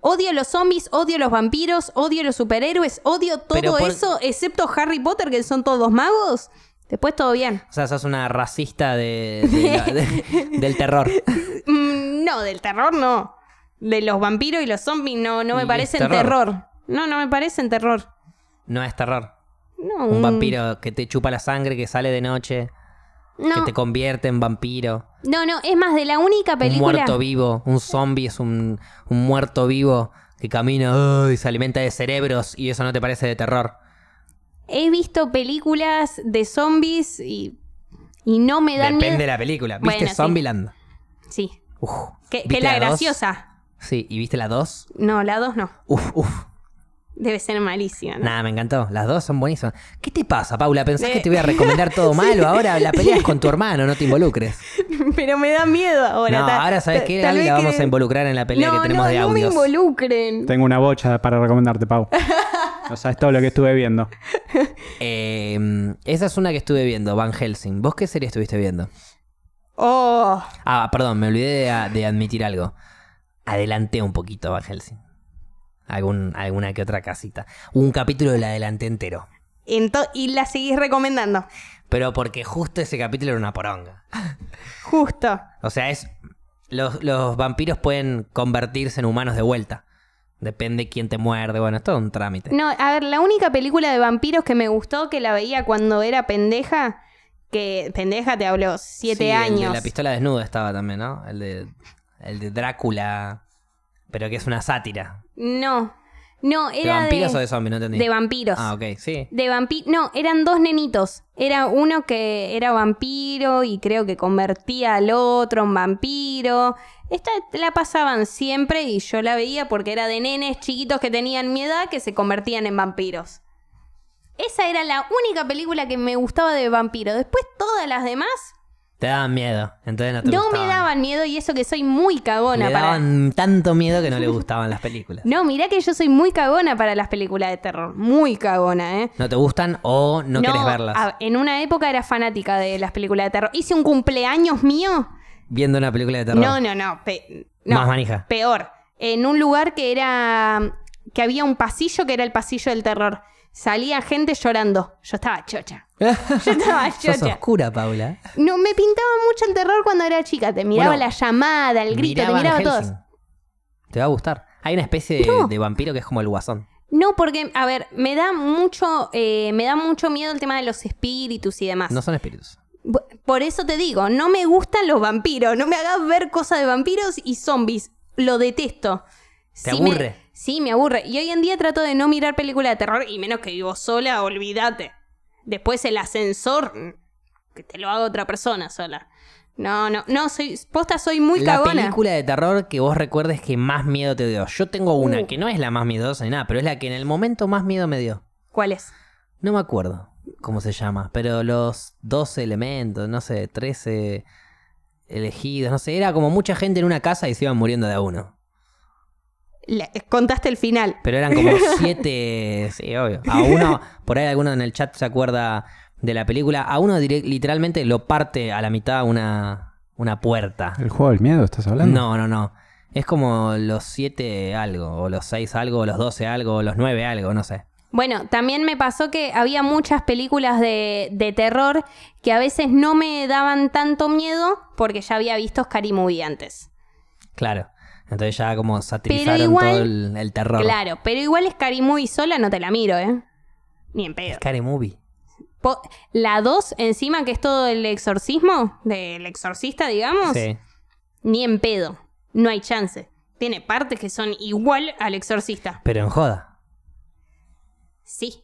Odio los zombies, odio los vampiros, odio los superhéroes, odio
Pero
todo
por-
eso, excepto Harry Potter, que son todos magos. Después todo bien.
O sea, sos una racista de, de la- de- del terror.
Mm, no, del terror no. De los vampiros y los zombies no, no
Y
me
es
parecen terror.
terror.
No, no me parecen terror.
No es terror.
No,
Un vampiro que te chupa la sangre, que sale de noche, que
mm, No,
te convierte en vampiro.
no, no, es más de la única
Un
película.
muerto vivo, un zombie es un, un muerto vivo que camina "Ay", y se alimenta de cerebros y eso no te parece de terror.
He visto películas de zombies y, y no me dan
Depende de
miedo.
la película. ¿Viste
Bueno, sí.
Zombieland?
Sí.
Uf.
Que, que
¿Viste
la
dos?
graciosa.
Sí, ¿y viste la 2?
No, la dos no.
Uf, uf.
Debe ser malísima, ¿no?
Nada, me encantó. Las dos son buenísimas. ¿Qué te pasa, Paula? ¿Pensás que te voy a recomendar todo malo? Ahora la peleas con tu hermano, no te involucres.
Pero me da miedo ahora.
no,
ta-
ahora sabes
ta-
que
tal vez
la vamos
que-
a involucrar en la pelea
no,
que tenemos
no,
de
no
audios.
me involucren.
Tengo una bocha para recomendarte, Pau. No sabes todo lo que estuve viendo.
Eh, esa es una que estuve viendo, Van Helsing. ¿Vos qué serie estuviste viendo?
Oh,
Ah, perdón, me olvidé de, de admitir algo. Adelanté un poquito Van Helsing. Algún, alguna que otra casita. Un capítulo la adelanté entero.
ento- y la seguís recomendando.
Pero porque justo ese capítulo era una poronga.
Justo.
O sea, es. Los, los vampiros pueden convertirse en humanos de vuelta. Depende quién te muerde. Bueno, es todo un trámite.
No, a ver, la única película de vampiros que me gustó, que la veía cuando era pendeja, que pendeja te hablo, siete
Sí, el de
años.
la pistola desnuda estaba también, ¿no? El de, el de Drácula. Pero que es una sátira.
No, no,
¿De
era
vampiros o de zombies? No entendí.
de vampiros.
Ah, ok, sí.
De vampi- No, eran dos nenitos. Era uno que era vampiro y creo que convertía al otro en vampiro. Esta la pasaban siempre y yo la veía porque era de nenes chiquitos que tenían mi edad que se convertían en vampiros. Esa era la única película que me gustaba de vampiro. Después todas las demás
Te daban miedo. Entonces no te
no me
gustaban.
daban miedo y eso que soy muy cagona
Le
para...
daban tanto miedo que no le gustaban las películas.
No, mirá que yo soy muy cagona para las películas de terror. Muy cagona, ¿eh?
No te gustan o no, querés verlas.
a- en una época era fanática de las películas de terror. Hice un cumpleaños mío.
Viendo una película de terror.
No, no, no, pe- no.
Más manija.
Peor. En un lugar que era. que había un pasillo que era el pasillo del terror. Salía gente llorando. Yo estaba chocha. Yo estaba
Sos
chocha.
oscura, Paula.
No, me pintaba mucho el terror cuando era chica. Te miraba
Bueno,
la llamada, el grito,
Mirá
te
Van
miraba
Helsing.
todos.
Te va a gustar. Hay una especie de,
No.
de vampiro que es como el guasón.
No, porque, a ver, me da mucho, eh, me da mucho miedo el tema de los espíritus y demás.
No son espíritus.
Bu- Por eso te digo, no me gustan los vampiros. No me hagas ver cosas de vampiros y zombies. Lo detesto.
¿Te
me-
aburre?
sí, me aburre. Y hoy en día trato de no mirar películas de terror y menos que vivo sola, olvídate. Después el ascensor, mm, que te lo haga otra persona sola. No, no, no, soy, posta soy muy
la
cagona.
película de terror que vos recuerdes que más miedo te dio. Yo tengo una
Uh.
que no es la más miedosa ni nada, pero es la que en el momento más miedo me dio.
¿Cuál es?
No me acuerdo cómo se llama, pero los 12 elementos, no sé, 13 elegidos, no sé, era como mucha gente en una casa y se iban muriendo de a uno.
La- eh, contaste el final.
Pero eran como siete, sí, obvio. A uno, por ahí alguno en el chat se acuerda de la película, a uno direct- literalmente lo parte a la mitad una, una puerta.
¿El juego del miedo estás hablando?
No, no, no. Es como los siete algo, o los seis algo, o los 12 algo, o los nueve algo, no sé.
Bueno, también me pasó que había muchas películas de, de terror que a veces no me daban tanto miedo porque ya había visto Scary Movie antes.
Claro. Entonces ya como satirizaron
igual-
todo el, el terror.
Claro, pero igual Scary Movie sola no te la miro, ¿eh? Ni en pedo.
Scary Movie.
Po- la 2, encima que es todo el exorcismo, del exorcista, digamos,
Sí.
ni en pedo. No hay chance. Tiene partes que son igual al exorcista.
Pero en joda.
Sí.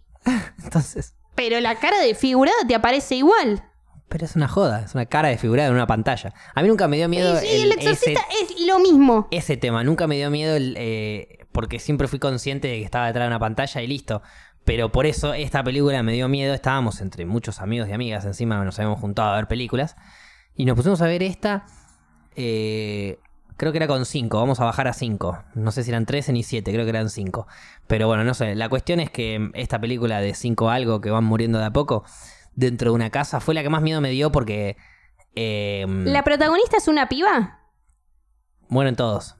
Entonces.
Pero la cara de figurada te aparece igual.
Pero es una joda, es una cara desfigurada en una pantalla. A mí nunca me dio
Y,
miedo
sí,
el-
el
ese,
exorcista es lo mismo.
ese tema. Nunca me dio miedo el, eh, porque siempre fui consciente de que estaba detrás de una pantalla y listo. Pero por eso esta película me dio miedo. Estábamos entre muchos amigos y amigas, encima nos habíamos juntado a ver películas. Y nos pusimos a ver esta. eh, creo que era con 5. Vamos a bajar a 5. No sé si eran 13 ni 7. Creo que eran 5. Pero bueno, no sé. La cuestión es que esta película de 5 algo que van muriendo de a poco dentro de una casa fue la que más miedo me dio porque. eh,
¿La protagonista es una piba?
Mueren todos.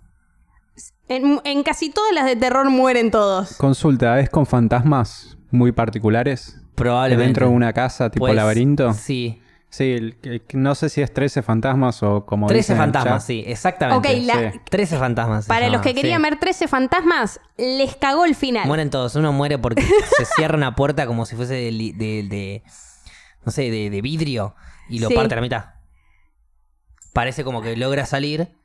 En, en casi todas las de terror mueren todos.
Consulta, ¿es con fantasmas muy particulares?
Probablemente.
Dentro de una casa tipo
Pues,
laberinto.
Sí.
Sí, el- el- no sé si es 13 fantasmas o como...
13
dicen en el
fantasmas,
chat.
sí, exactamente.
Ok, la-
sí.
13 fantasmas. se
Para los
llama,
que querían
Ah, sí.
ver 13 fantasmas, les cagó el final.
Mueren todos. Uno muere porque se cierra una puerta como si fuese de. li- de- de- no sé, de, de vidrio y lo
Sí.
parte a la mitad. Parece como que logra salir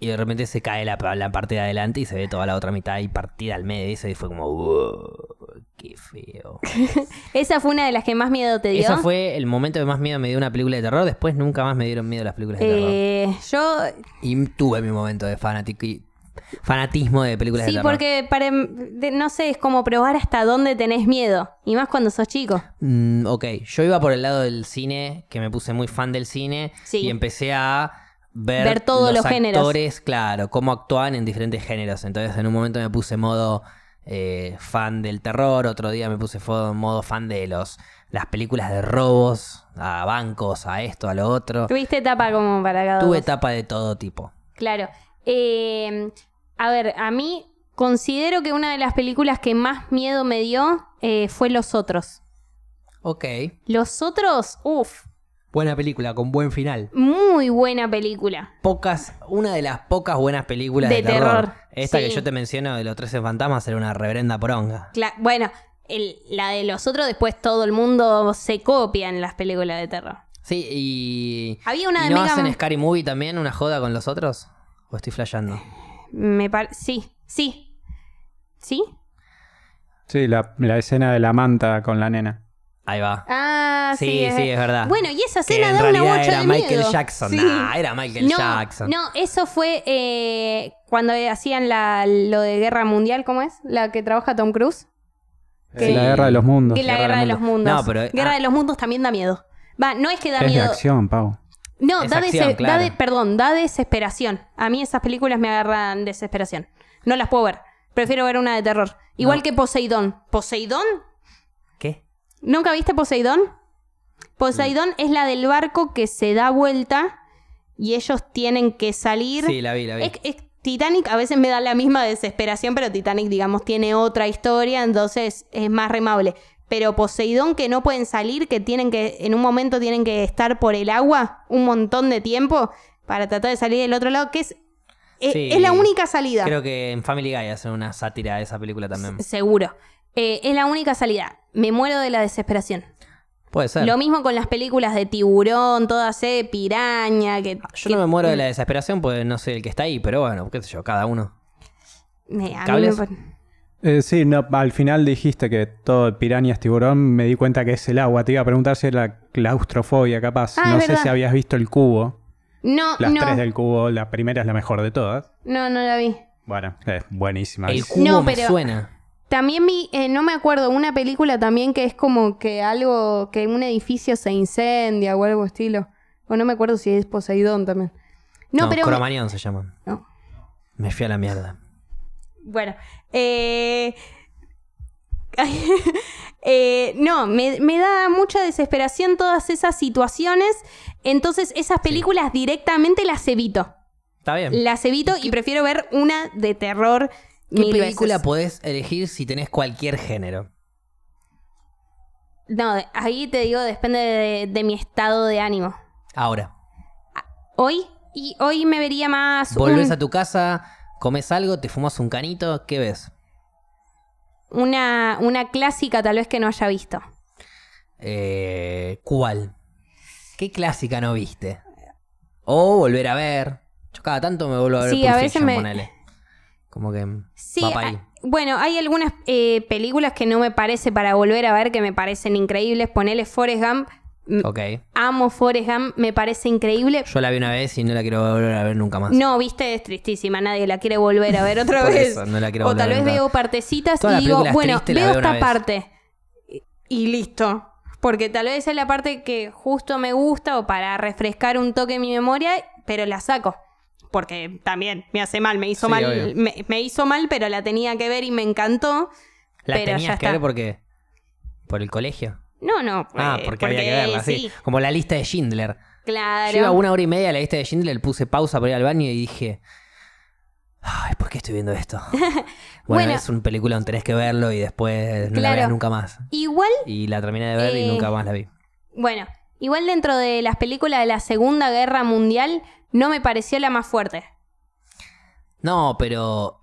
y de repente se cae la, la parte de adelante y se ve toda la otra mitad y partida al medio. Y se fue como. "Wow, ¡Qué feo!
Esa fue una de las que más miedo te dio.
Ese fue el momento que más miedo me dio una película de terror. Después nunca más me dieron miedo las películas de terror.
Eh, yo
Y tuve mi momento de fanatiqui- fanatismo de películas de
Sí,
terror.
porque para, de- no sé, es como probar hasta dónde tenés miedo. Y más cuando sos chico.
Mm, ok, yo iba por el lado del cine, que me puse muy fan del cine
Sí.
y empecé a ver,
Ver todos los géneros.
actores, claro, cómo actúan en diferentes géneros. Entonces en un momento me puse modo eh, fan del terror, otro día me puse fo- modo fan de los las películas de robos, a bancos, a esto, a lo otro.
Tuviste etapa como para cada
Tuve
dos.
etapa de todo tipo.
Claro. Eh, a ver, a mí considero que una de las películas que más miedo me dio eh, fue Los Otros.
Ok,
Los Otros, uff,
buena película, con buen final.
muy buena película.
Pocas, una de las pocas buenas películas de,
De
terror.
terror,
Esta que
sí.
yo te menciono de los 13 fantasmas era una reverenda poronga.
Cla- bueno, el- la de Los Otros después todo el mundo se copia en las películas de terror.
Sí, y.
Había una
¿Y
de
no
Mega
hacen
Man-
Scary Movie también, una joda con los otros? ¿O estoy flasheando?
Me par- sí, sí. ¿Sí?
Sí, la, la escena de la manta con la nena.
Ahí va.
Ah, sí.
sí, sí, es, verdad.
Bueno, y esa
que
escena
en
da una
realidad
bocha
era
de
Michael
miedo.
Jackson.
Sí.
Nah, era Michael
no,
Jackson.
No, eso fue eh, cuando hacían la, lo de Guerra Mundial, ¿cómo es? La que trabaja Tom Cruise.
Sí, La guerra de los mundos.
Que la Guerra de los Mundos.
No, pero-
Guerra
ah.
de los Mundos también da miedo. Va, no es que da
Es de
miedo.
acción, Pau.
No,
Es
da,
acción,
dese-
claro.
da de- perdón, da desesperación. A mí esas películas me agarran desesperación. No las puedo ver. Prefiero ver una de terror. Igual
No.
que Poseidón. ¿Poseidón?
¿Qué?
¿Nunca viste Poseidón? Poseidón es la del barco que se da vuelta y ellos tienen que salir.
Sí, la vi, la vi.
Es- es- Titanic a veces me da la misma desesperación, pero Titanic, digamos, tiene otra historia, entonces es más remable. Pero Poseidón, que no pueden salir, que tienen que, en un momento tienen que estar por el agua un montón de tiempo para tratar de salir del otro lado, que es, e-
Sí.
es la única salida.
Creo que en Family Guy hacen una sátira de esa película también.
Seguro. Eh, es la única salida. Me muero de la desesperación.
Puede ser.
Lo mismo con las películas de tiburón, todas eh, piraña, que...
Ah, Yo no me muero de la desesperación porque no soy el que está ahí, pero bueno, qué sé yo, cada uno.
me- a mí
¿Cables?
me pon-
Eh, sí, no, al final dijiste que todo piranhas tiburón, me di cuenta que es el agua. Te iba a preguntar si era claustrofobia, capaz.
Ah,
no
es
sé
verdad.
si habías visto el cubo.
No,
Las
no,
tres del cubo, la primera es la mejor de todas.
no, no la vi.
Bueno, es buenísima.
El
Es-
cubo
No,
me
pero-
suena.
También vi, eh, no me acuerdo, una película también que es como que algo, que un edificio se incendia o algo estilo. O no me acuerdo si es Poseidón también. No, pero...
Cromañón se llama.
No.
Me fui a la mierda.
Bueno, eh... eh, no, me, me da mucha desesperación todas esas situaciones. Entonces esas películas directamente las evito.
Está bien.
Las evito y prefiero ver una de terror.
¿Qué
mil
película
veces.
podés elegir si tenés cualquier género?
No, de- ahí te digo, depende de- de mi estado de ánimo.
Ahora,
Hoy y hoy me vería más
volvés
un-
a tu casa, comes algo, te fumas un canito, ¿qué ves?
una, una clásica tal vez que no haya visto.
Eh, ¿Cuál? ¿Qué clásica no viste? O volver a ver. Yo cada tanto me vuelvo a ver
Sí,
Pulp
a veces
Fiction,
me-
ponele. Como que
Sí,
va pa' ahí.
a- bueno, hay algunas eh, películas que no me parece para volver a ver que me parecen increíbles. Ponele Forrest Gump. m-
Ok.
Amo Forrest Gump, me parece increíble.
Yo la vi una vez y no la quiero volver a ver nunca más.
No, viste, es tristísima, nadie la quiere volver a ver otra
Por
vez.
eso, no la quiero
o
volver a
tal
ver
vez
nunca.
veo partecitas
Todas
y
las
digo,
películas
bueno,
tristes las
veo
veo una
esta
vez.
parte y- y listo. Porque tal vez es la parte que justo me gusta o para refrescar un toque mi memoria, pero la saco. Porque también me hace mal, me hizo
Sí,
mal,
obvio.
me, me hizo mal, pero la tenía que ver y me encantó.
la
pero ya
tenías que
está.
ver porque. Por el colegio.
No, no.
Ah,
eh,
porque, había que verla, sí. Como la lista de Schindler.
Claro.
Yo iba una hora y media a la lista de Schindler, le puse pausa para ir al baño y dije, ay, ¿por qué estoy viendo esto? Bueno,
Bueno.
es un peliculón, tenés que verlo y después no la
Claro.
veas nunca más.
Igual
Y la terminé de ver y
Eh.
nunca más la vi.
Bueno, igual dentro de las películas de la Segunda Guerra Mundial, no me pareció la más fuerte.
No, pero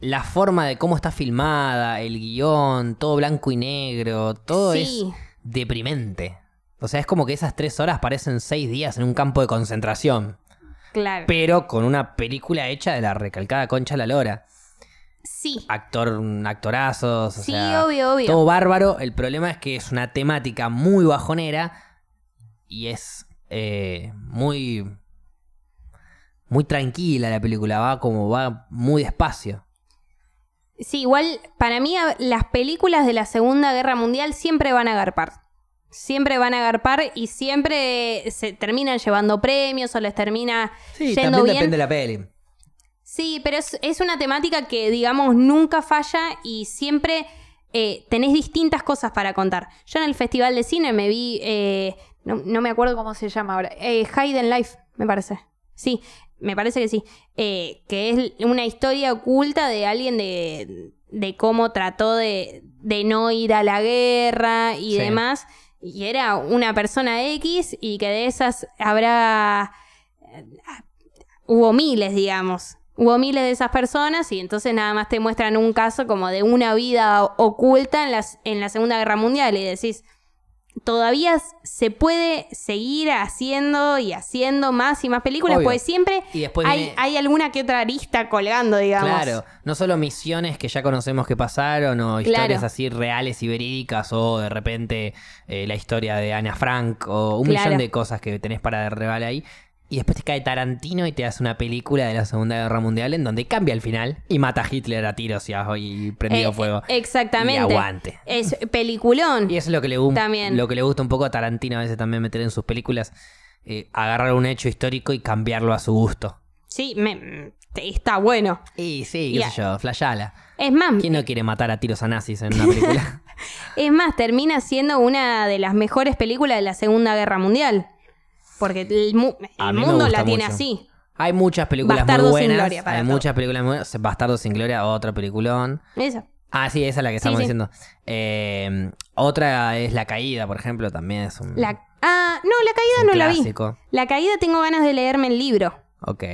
la forma de cómo está filmada, el guión, todo blanco y negro, todo
Sí.
es deprimente. O sea, es como que esas tres horas parecen seis días en un campo de concentración,
Claro.
pero con una película hecha de la recalcada concha de la lora.
sí.
actor, actorazos. Ah, o
Sí,
sea,
obvio, obvio.
Todo bárbaro. El problema es que es una temática muy bajonera y es eh, muy. muy tranquila la película, va como va muy despacio.
Sí, igual para mí a- las películas de la Segunda Guerra Mundial siempre van a garpar. Siempre van a garpar y siempre se terminan llevando premios o les termina
Sí,
yendo
también
bien.
depende de la peli.
Sí, pero es, es una temática que, digamos, nunca falla y siempre eh, tenés distintas cosas para contar. Yo en el Festival de Cine me vi, eh, no, no me acuerdo cómo se llama ahora, eh, Hidden Life, me parece. Sí, me parece que sí. Eh, que es una historia oculta de alguien de, de cómo trató de, de no ir a la guerra y
Sí.
demás. Y era una persona X y que de esas habrá hubo miles, digamos. Hubo miles de esas personas y entonces nada más te muestran un caso como de una vida o- oculta en, las, en la Segunda Guerra Mundial y decís, todavía s- se puede seguir haciendo y haciendo más y más películas,
Obvio.
porque siempre
Y después
hay,
viene-
hay alguna que otra arista colgando, digamos.
Claro, no solo misiones que ya conocemos que pasaron o historias
Claro.
así reales y verídicas o de repente eh, la historia de Ana Frank o un
Claro.
millón de cosas que tenés para derribar ahí. Y después te cae Tarantino y te hace una película de la Segunda Guerra Mundial en donde cambia el final y mata a Hitler a tiros y, a- y prendido
Eh,
fuego.
eh, Exactamente.
Y aguante.
Es peliculón.
Y eso es lo que le, gu-
También.
lo que le gusta un poco a Tarantino a veces también meter en sus películas, eh, agarrar un hecho histórico y cambiarlo a su gusto.
Sí, me- está bueno.
Y sí, qué
Y
sé yo, flayala.
Es más,
¿Quién no quiere matar a tiros a nazis en una película?
Es más, termina siendo una de las mejores películas de la Segunda Guerra Mundial. Porque el, mu-
A
el
mí me
mundo
gusta
la tiene
mucho.
así.
Hay muchas películas
Bastardos
muy
sin
buenas.
gloria, para
hay
todo.
muchas películas muy buenas. Bastardos sin Gloria, otro peliculón.
Eso.
Ah, sí, esa es la que estamos
sí.
diciendo. Eh, otra es La Caída, por ejemplo, también es un,
La, ah, no, la caída
un
no
clásico.
la vi. La caída tengo ganas de leerme el libro.
Ok.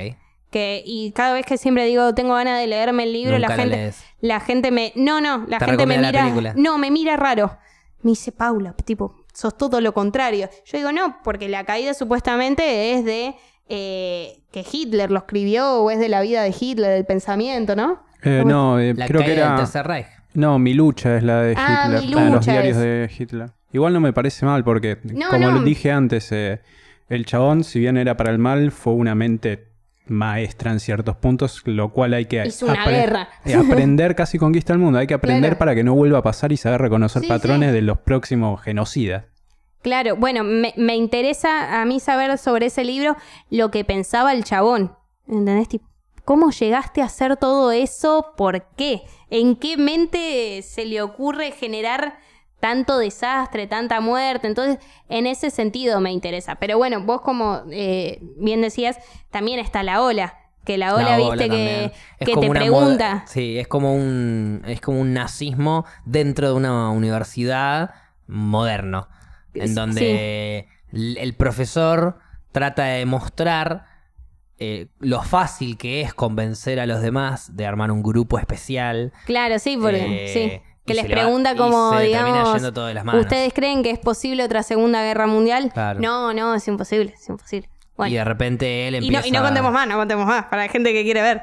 Que, y cada vez que siempre digo tengo ganas de leerme el libro,
Nunca
la
la
gente.
lees.
La gente me. No, no, la
Te
gente me
recomienda la
mira.
película.
no, me mira raro. Me dice Paula, tipo, sos todo lo contrario. Yo digo, no, porque la caída supuestamente es de eh, que Hitler lo escribió o es de la vida de Hitler, del pensamiento, ¿no?
Eh,
¿Cómo
no, eh,
La
creo
Caída
que
del
era...
Tercer Reich.
No, mi lucha es la de Hitler,
Ah, Mi
la de los
Lucha
diarios
es.
de Hitler. Igual no me parece mal porque,
No,
como
no.
lo dije antes, eh, el chabón, si bien era para el mal, fue una mente maestra en ciertos puntos, lo cual hay que
Hizo una guerra.
eh, aprender casi conquista el mundo. Hay que aprender
Claro.
para que no vuelva a pasar y saber reconocer
Sí,
patrones
sí.
de los próximos genocidas.
Claro, bueno, me, me interesa a mí saber sobre ese libro lo que pensaba el chabón. ¿Entendés? Tipo, ¿Cómo llegaste a hacer todo eso? ¿Por qué? ¿En qué mente se le ocurre generar tanto desastre, tanta muerte? Entonces, en ese sentido me interesa. Pero bueno, vos como eh, bien decías, también está la ola. Que la ola,
La ola
viste,
también.
que,
Es
que
como
te
una
pregunta.
moda- Sí, es como un es como un nazismo dentro de una universidad moderno, en
Sí.
donde l- el profesor trata de mostrar eh, lo fácil que es convencer a los demás de armar un grupo especial.
Claro, sí, porque
eh,
sí.
y
Que
se
les
le va-
pregunta
y
como,
se le termina
digamos,
yendo todo de las manos.
¿ustedes creen que es posible otra Segunda Guerra Mundial?
Claro.
No, no, es imposible, es imposible. Bueno,
Y de repente él
y no,
empieza
y no contemos más, no contemos más, para la gente que quiere ver.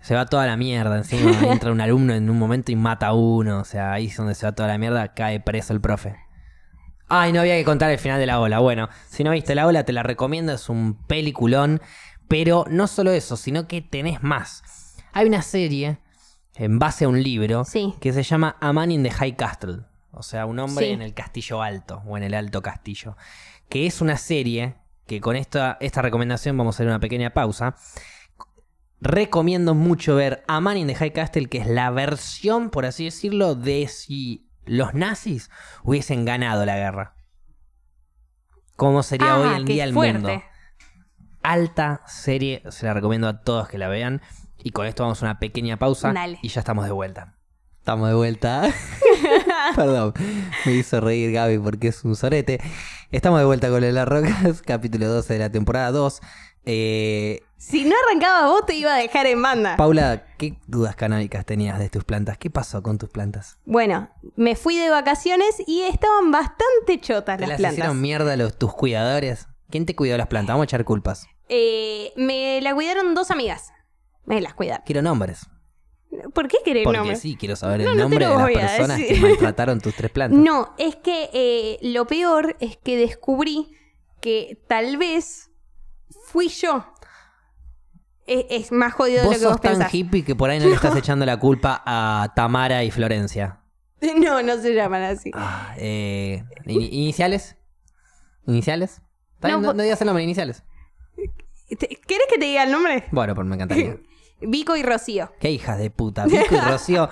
Se va toda la mierda encima. Entra un alumno en un momento y mata a uno. O sea, ahí es donde se va toda la mierda. Cae preso el profe. Ay, no había que contar el final de la ola. Bueno, si no viste la ola, te la recomiendo. Es un peliculón. Pero no solo eso, sino que tenés más. Hay una serie en base a un libro
Sí.
que se llama A Man in the High Castle. O sea, un hombre
Sí.
en el castillo alto o en el alto castillo. Que es una serie que con esta, esta recomendación vamos a hacer una pequeña pausa. Recomiendo mucho ver A Man in the High Castle, que es la versión, por así decirlo, de si los nazis hubiesen ganado la guerra. ¿Cómo sería
Ah,
hoy en
qué
día el
fuerte.
mundo? Alta serie, se la recomiendo a todos que la vean. Y con esto vamos a una pequeña pausa
Dale.
y ya estamos de vuelta. Estamos de vuelta. Perdón, me hizo reír Gaby porque es un sorete. Estamos de vuelta con Las Rocas, capítulo 12 de la temporada 2. Eh,
Si no arrancaba vos, te iba a dejar en banda.
Paula, ¿qué dudas canábicas tenías de tus plantas? ¿Qué pasó con tus plantas?
bueno, me fui de vacaciones y estaban bastante chotas
¿Te
las
las
plantas.
hicieron mierda los, tus cuidadores? ¿Quién te cuidó las plantas? Vamos a echar culpas.
Eh, me la cuidaron dos amigas. Me las cuidaron.
Quiero nombres.
¿Por qué querés
Porque
nombres?
sí, quiero saber
No,
el
no te
nombre
lo
de las
voy a
personas que
decir.
maltrataron tus tres plantas.
No, es que eh, lo peor es que descubrí que tal vez fui yo. es, es más jodido de lo
Vos
que vos
sos tan
pensás.
hippie que por ahí no le estás echando la culpa a Tamara y Florencia.
No, no se llaman así.
Ah, eh, in- ¿Iniciales? ¿Iniciales? Está
No,
bien, No,
por-
no digas el nombre, iniciales.
Te- ¿Querés que te diga el nombre?
Bueno, pues me encantaría.
Vico y Rocío.
Qué hijas de puta. Vico y Rocío.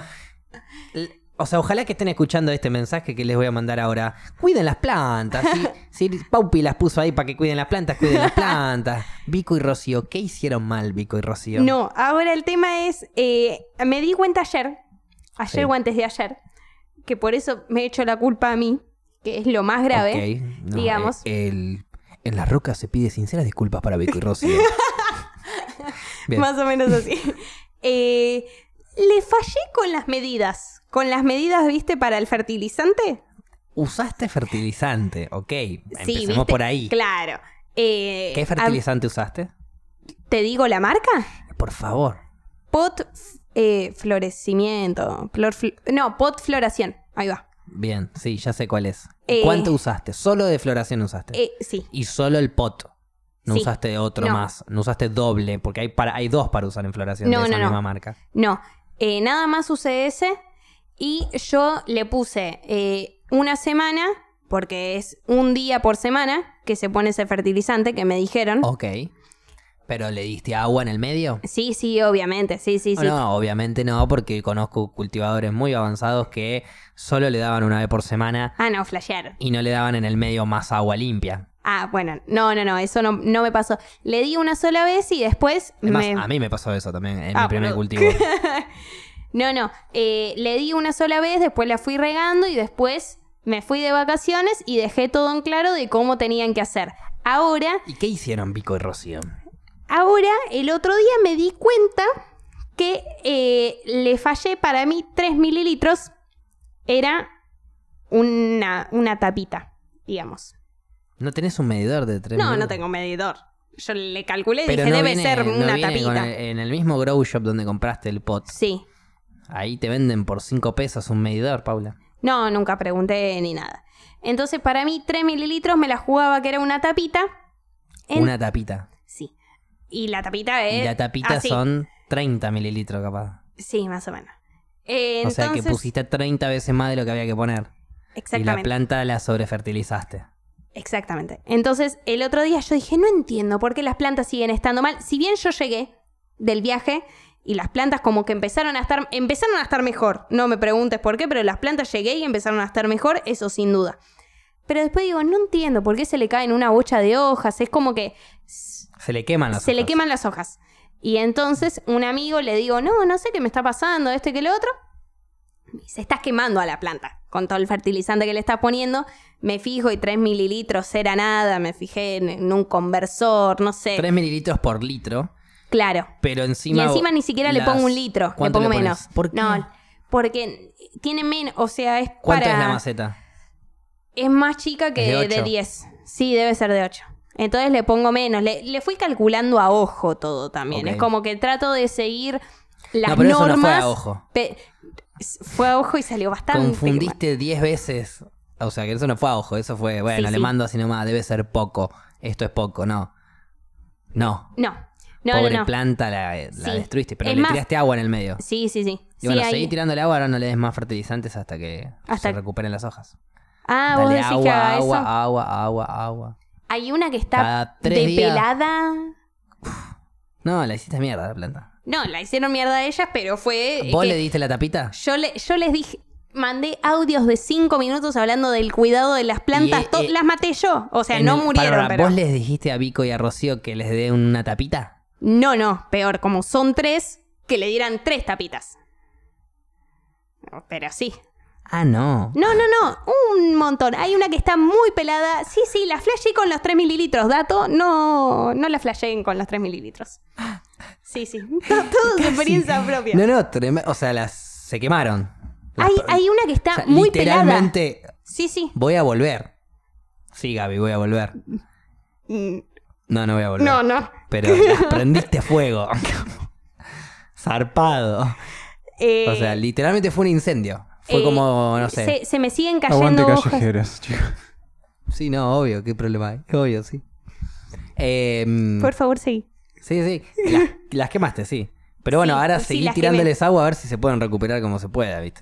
L- O sea, ojalá que estén escuchando este mensaje que les voy a mandar ahora. Cuiden las plantas. Si, si Paupi las puso ahí para que cuiden las plantas, cuiden las plantas. Vico y Rocío, ¿qué hicieron mal Vico y Rocío?
No, ahora el tema es, eh, me di cuenta ayer, ayer
Sí.
o antes de ayer, que por eso me he hecho la culpa a mí, que es lo más grave.
Ok, no,
digamos.
eh, el- en las rocas se pide sinceras disculpas para Vico y Rocío. Bien.
Más o menos así. Eh, le fallé con las medidas. Con las medidas, viste, para el fertilizante.
Usaste fertilizante, ok.
sí,
Empecemos
¿viste?
por ahí.
Claro. Eh,
¿Qué fertilizante usaste?
a- ¿Te digo la marca?
Por favor.
Pot eh, florecimiento. Flor, fl- no, pot floración. Ahí va.
Bien, sí, ya sé cuál es.
Eh,
¿Cuánto usaste? Solo de floración usaste.
Eh, sí.
y solo el pot. No
Sí.
usaste otro
No.
más, no usaste doble, porque hay para hay dos para usar en floración
No,
de esa
no, no.
misma marca.
No, eh, nada más usé ese y yo le puse eh, una semana, porque es un día por semana que se pone ese fertilizante que me dijeron.
Ok. Pero le diste agua en el medio?
Sí, sí, obviamente, sí, sí, sí.
Oh, No, obviamente no, porque conozco cultivadores muy avanzados que solo le daban una vez por semana
Ah, no, flashearon.
y no le daban en el medio más agua limpia.
Ah, bueno, no, no, no, eso no, no me pasó. Le di una sola vez y después
Además,
me...
a mí me pasó eso también en
Ah,
mi primer
boludo.
cultivo.
No, no, eh, le di una sola vez, después la fui regando y después me fui de vacaciones y dejé todo en claro de cómo tenían que hacer. Ahora
¿Y qué hicieron Vico y Rocío?
Ahora, el otro día me di cuenta que eh, le fallé para mí 3 mililitros. Era una, una tapita, digamos.
¿No tenés un medidor de tres
No,
minutos?
no tengo medidor. Yo le calculé y
Pero
dije,
no
debe
viene-
ser
no
una
viene con
tapita.
el- en el mismo grow shop donde compraste el pot,
Sí.
Ahí te venden por 5 pesos un medidor, Paula.
No, nunca pregunté ni nada. Entonces, para mí, 3 mililitros me la jugaba que era una tapita. En-
Una tapita.
Sí. Y la tapita es.
y la tapita
así.
son 30 mililitros, capaz.
Sí, más o menos. Eh,
o sea que
entonces-
pusiste 30 veces más de lo que había que poner. Y la
Exactamente.
planta la sobrefertilizaste.
Exactamente. Entonces, el otro día yo dije, no entiendo por qué las plantas siguen estando mal. Si bien yo llegué del viaje y las plantas como que empezaron a estar, empezaron a estar mejor. No me preguntes por qué, pero las plantas llegué y empezaron a estar mejor, eso sin duda. Pero después digo, no entiendo por qué se le caen una bocha de hojas. Es como que
Se le queman las
se le
hojas.
queman las hojas. Y entonces un amigo le digo, no, no sé qué me está pasando, esto y que lo otro. Me dice, estás quemando a la planta con todo el fertilizante que le estás poniendo. Me fijo y 3 mililitros era nada, me fijé en, en un conversor, no sé.
3 mililitros por litro.
Claro.
Pero
eh. Y
encima.
encima ni siquiera le
las-
pongo un litro, le
¿Cuánto
pongo
pones?
menos.
¿Por qué?
No, porque tiene menos, o sea, es
¿Cuánto
para...
es la maceta?
Es más chica que
¿Es de
de,
ocho?
10. Sí, debe ser de 8. Entonces le pongo menos. Le, le fui calculando a ojo todo también.
Ok.
Es como que trato de seguir las
No, pero eso
normas.
no fue a ojo.
pe- s- fue a ojo y salió bastante.
Confundiste 10 veces. O sea que eso no fue a ojo. Eso fue, bueno,
Sí,
le
sí.
mando así nomás. Debe ser poco. Esto es poco, no. No.
No, no,
pobre
no. no.
planta la, la
Sí.
destruiste, pero
Es
le
más-
tiraste agua en el medio.
Sí, sí, sí.
Y bueno,
Sí, ahí-
seguí tirándole agua, ahora no le des más fertilizantes hasta que
Hasta-
se recuperen las hojas.
Ah, vos
Dale
decís que
agua,
haga eso.
agua, agua, agua, agua.
Hay una que está
Cada tres días.
depelada.
No, la hiciste mierda la planta.
No, la hicieron mierda a ellas, pero fue. eh,
¿Vos
que
le diste la tapita?
yo, le, yo les dije. Mandé audios de 5 minutos hablando del cuidado de las plantas.
eh,
to-
eh,
las maté yo. O sea,
En
no
el-
murieron.
para, para,
pero...
¿Vos les dijiste a Vico y a Rocío que les dé una tapita?
No, no, peor, como son tres, que le dieran tres tapitas. Pero sí.
Ah, no.
No, no, no, un montón. Hay una que está muy pelada. Sí, sí, la flashé con los 3 mililitros. Dato, no, no la flasheen con los 3 mililitros. Sí, sí. To- Todo es experiencia propia.
No, no, trem- o sea, las se quemaron. Las-
hay, hay una que está
o sea,
muy pelada.
literalmente,
Sí, sí.
voy a volver. Sí, Gaby, voy a volver.
Mm,
No, no voy a volver.
No, no.
Pero las prendiste fuego. Zarpado.
Eh,
O sea, literalmente fue un incendio. Fue
eh,
como, no sé.
Se, se me siguen
Aguante
cayendo hojas.
callejeros, chicos.
Sí, no, obvio, qué problema hay. Obvio, sí. Eh,
Por favor, sí.
Sí, sí. Las, las quemaste, sí. Pero bueno,
Sí,
ahora
sí,
seguí
las quemé.
tirándoles agua a ver si se pueden recuperar como se pueda, ¿viste?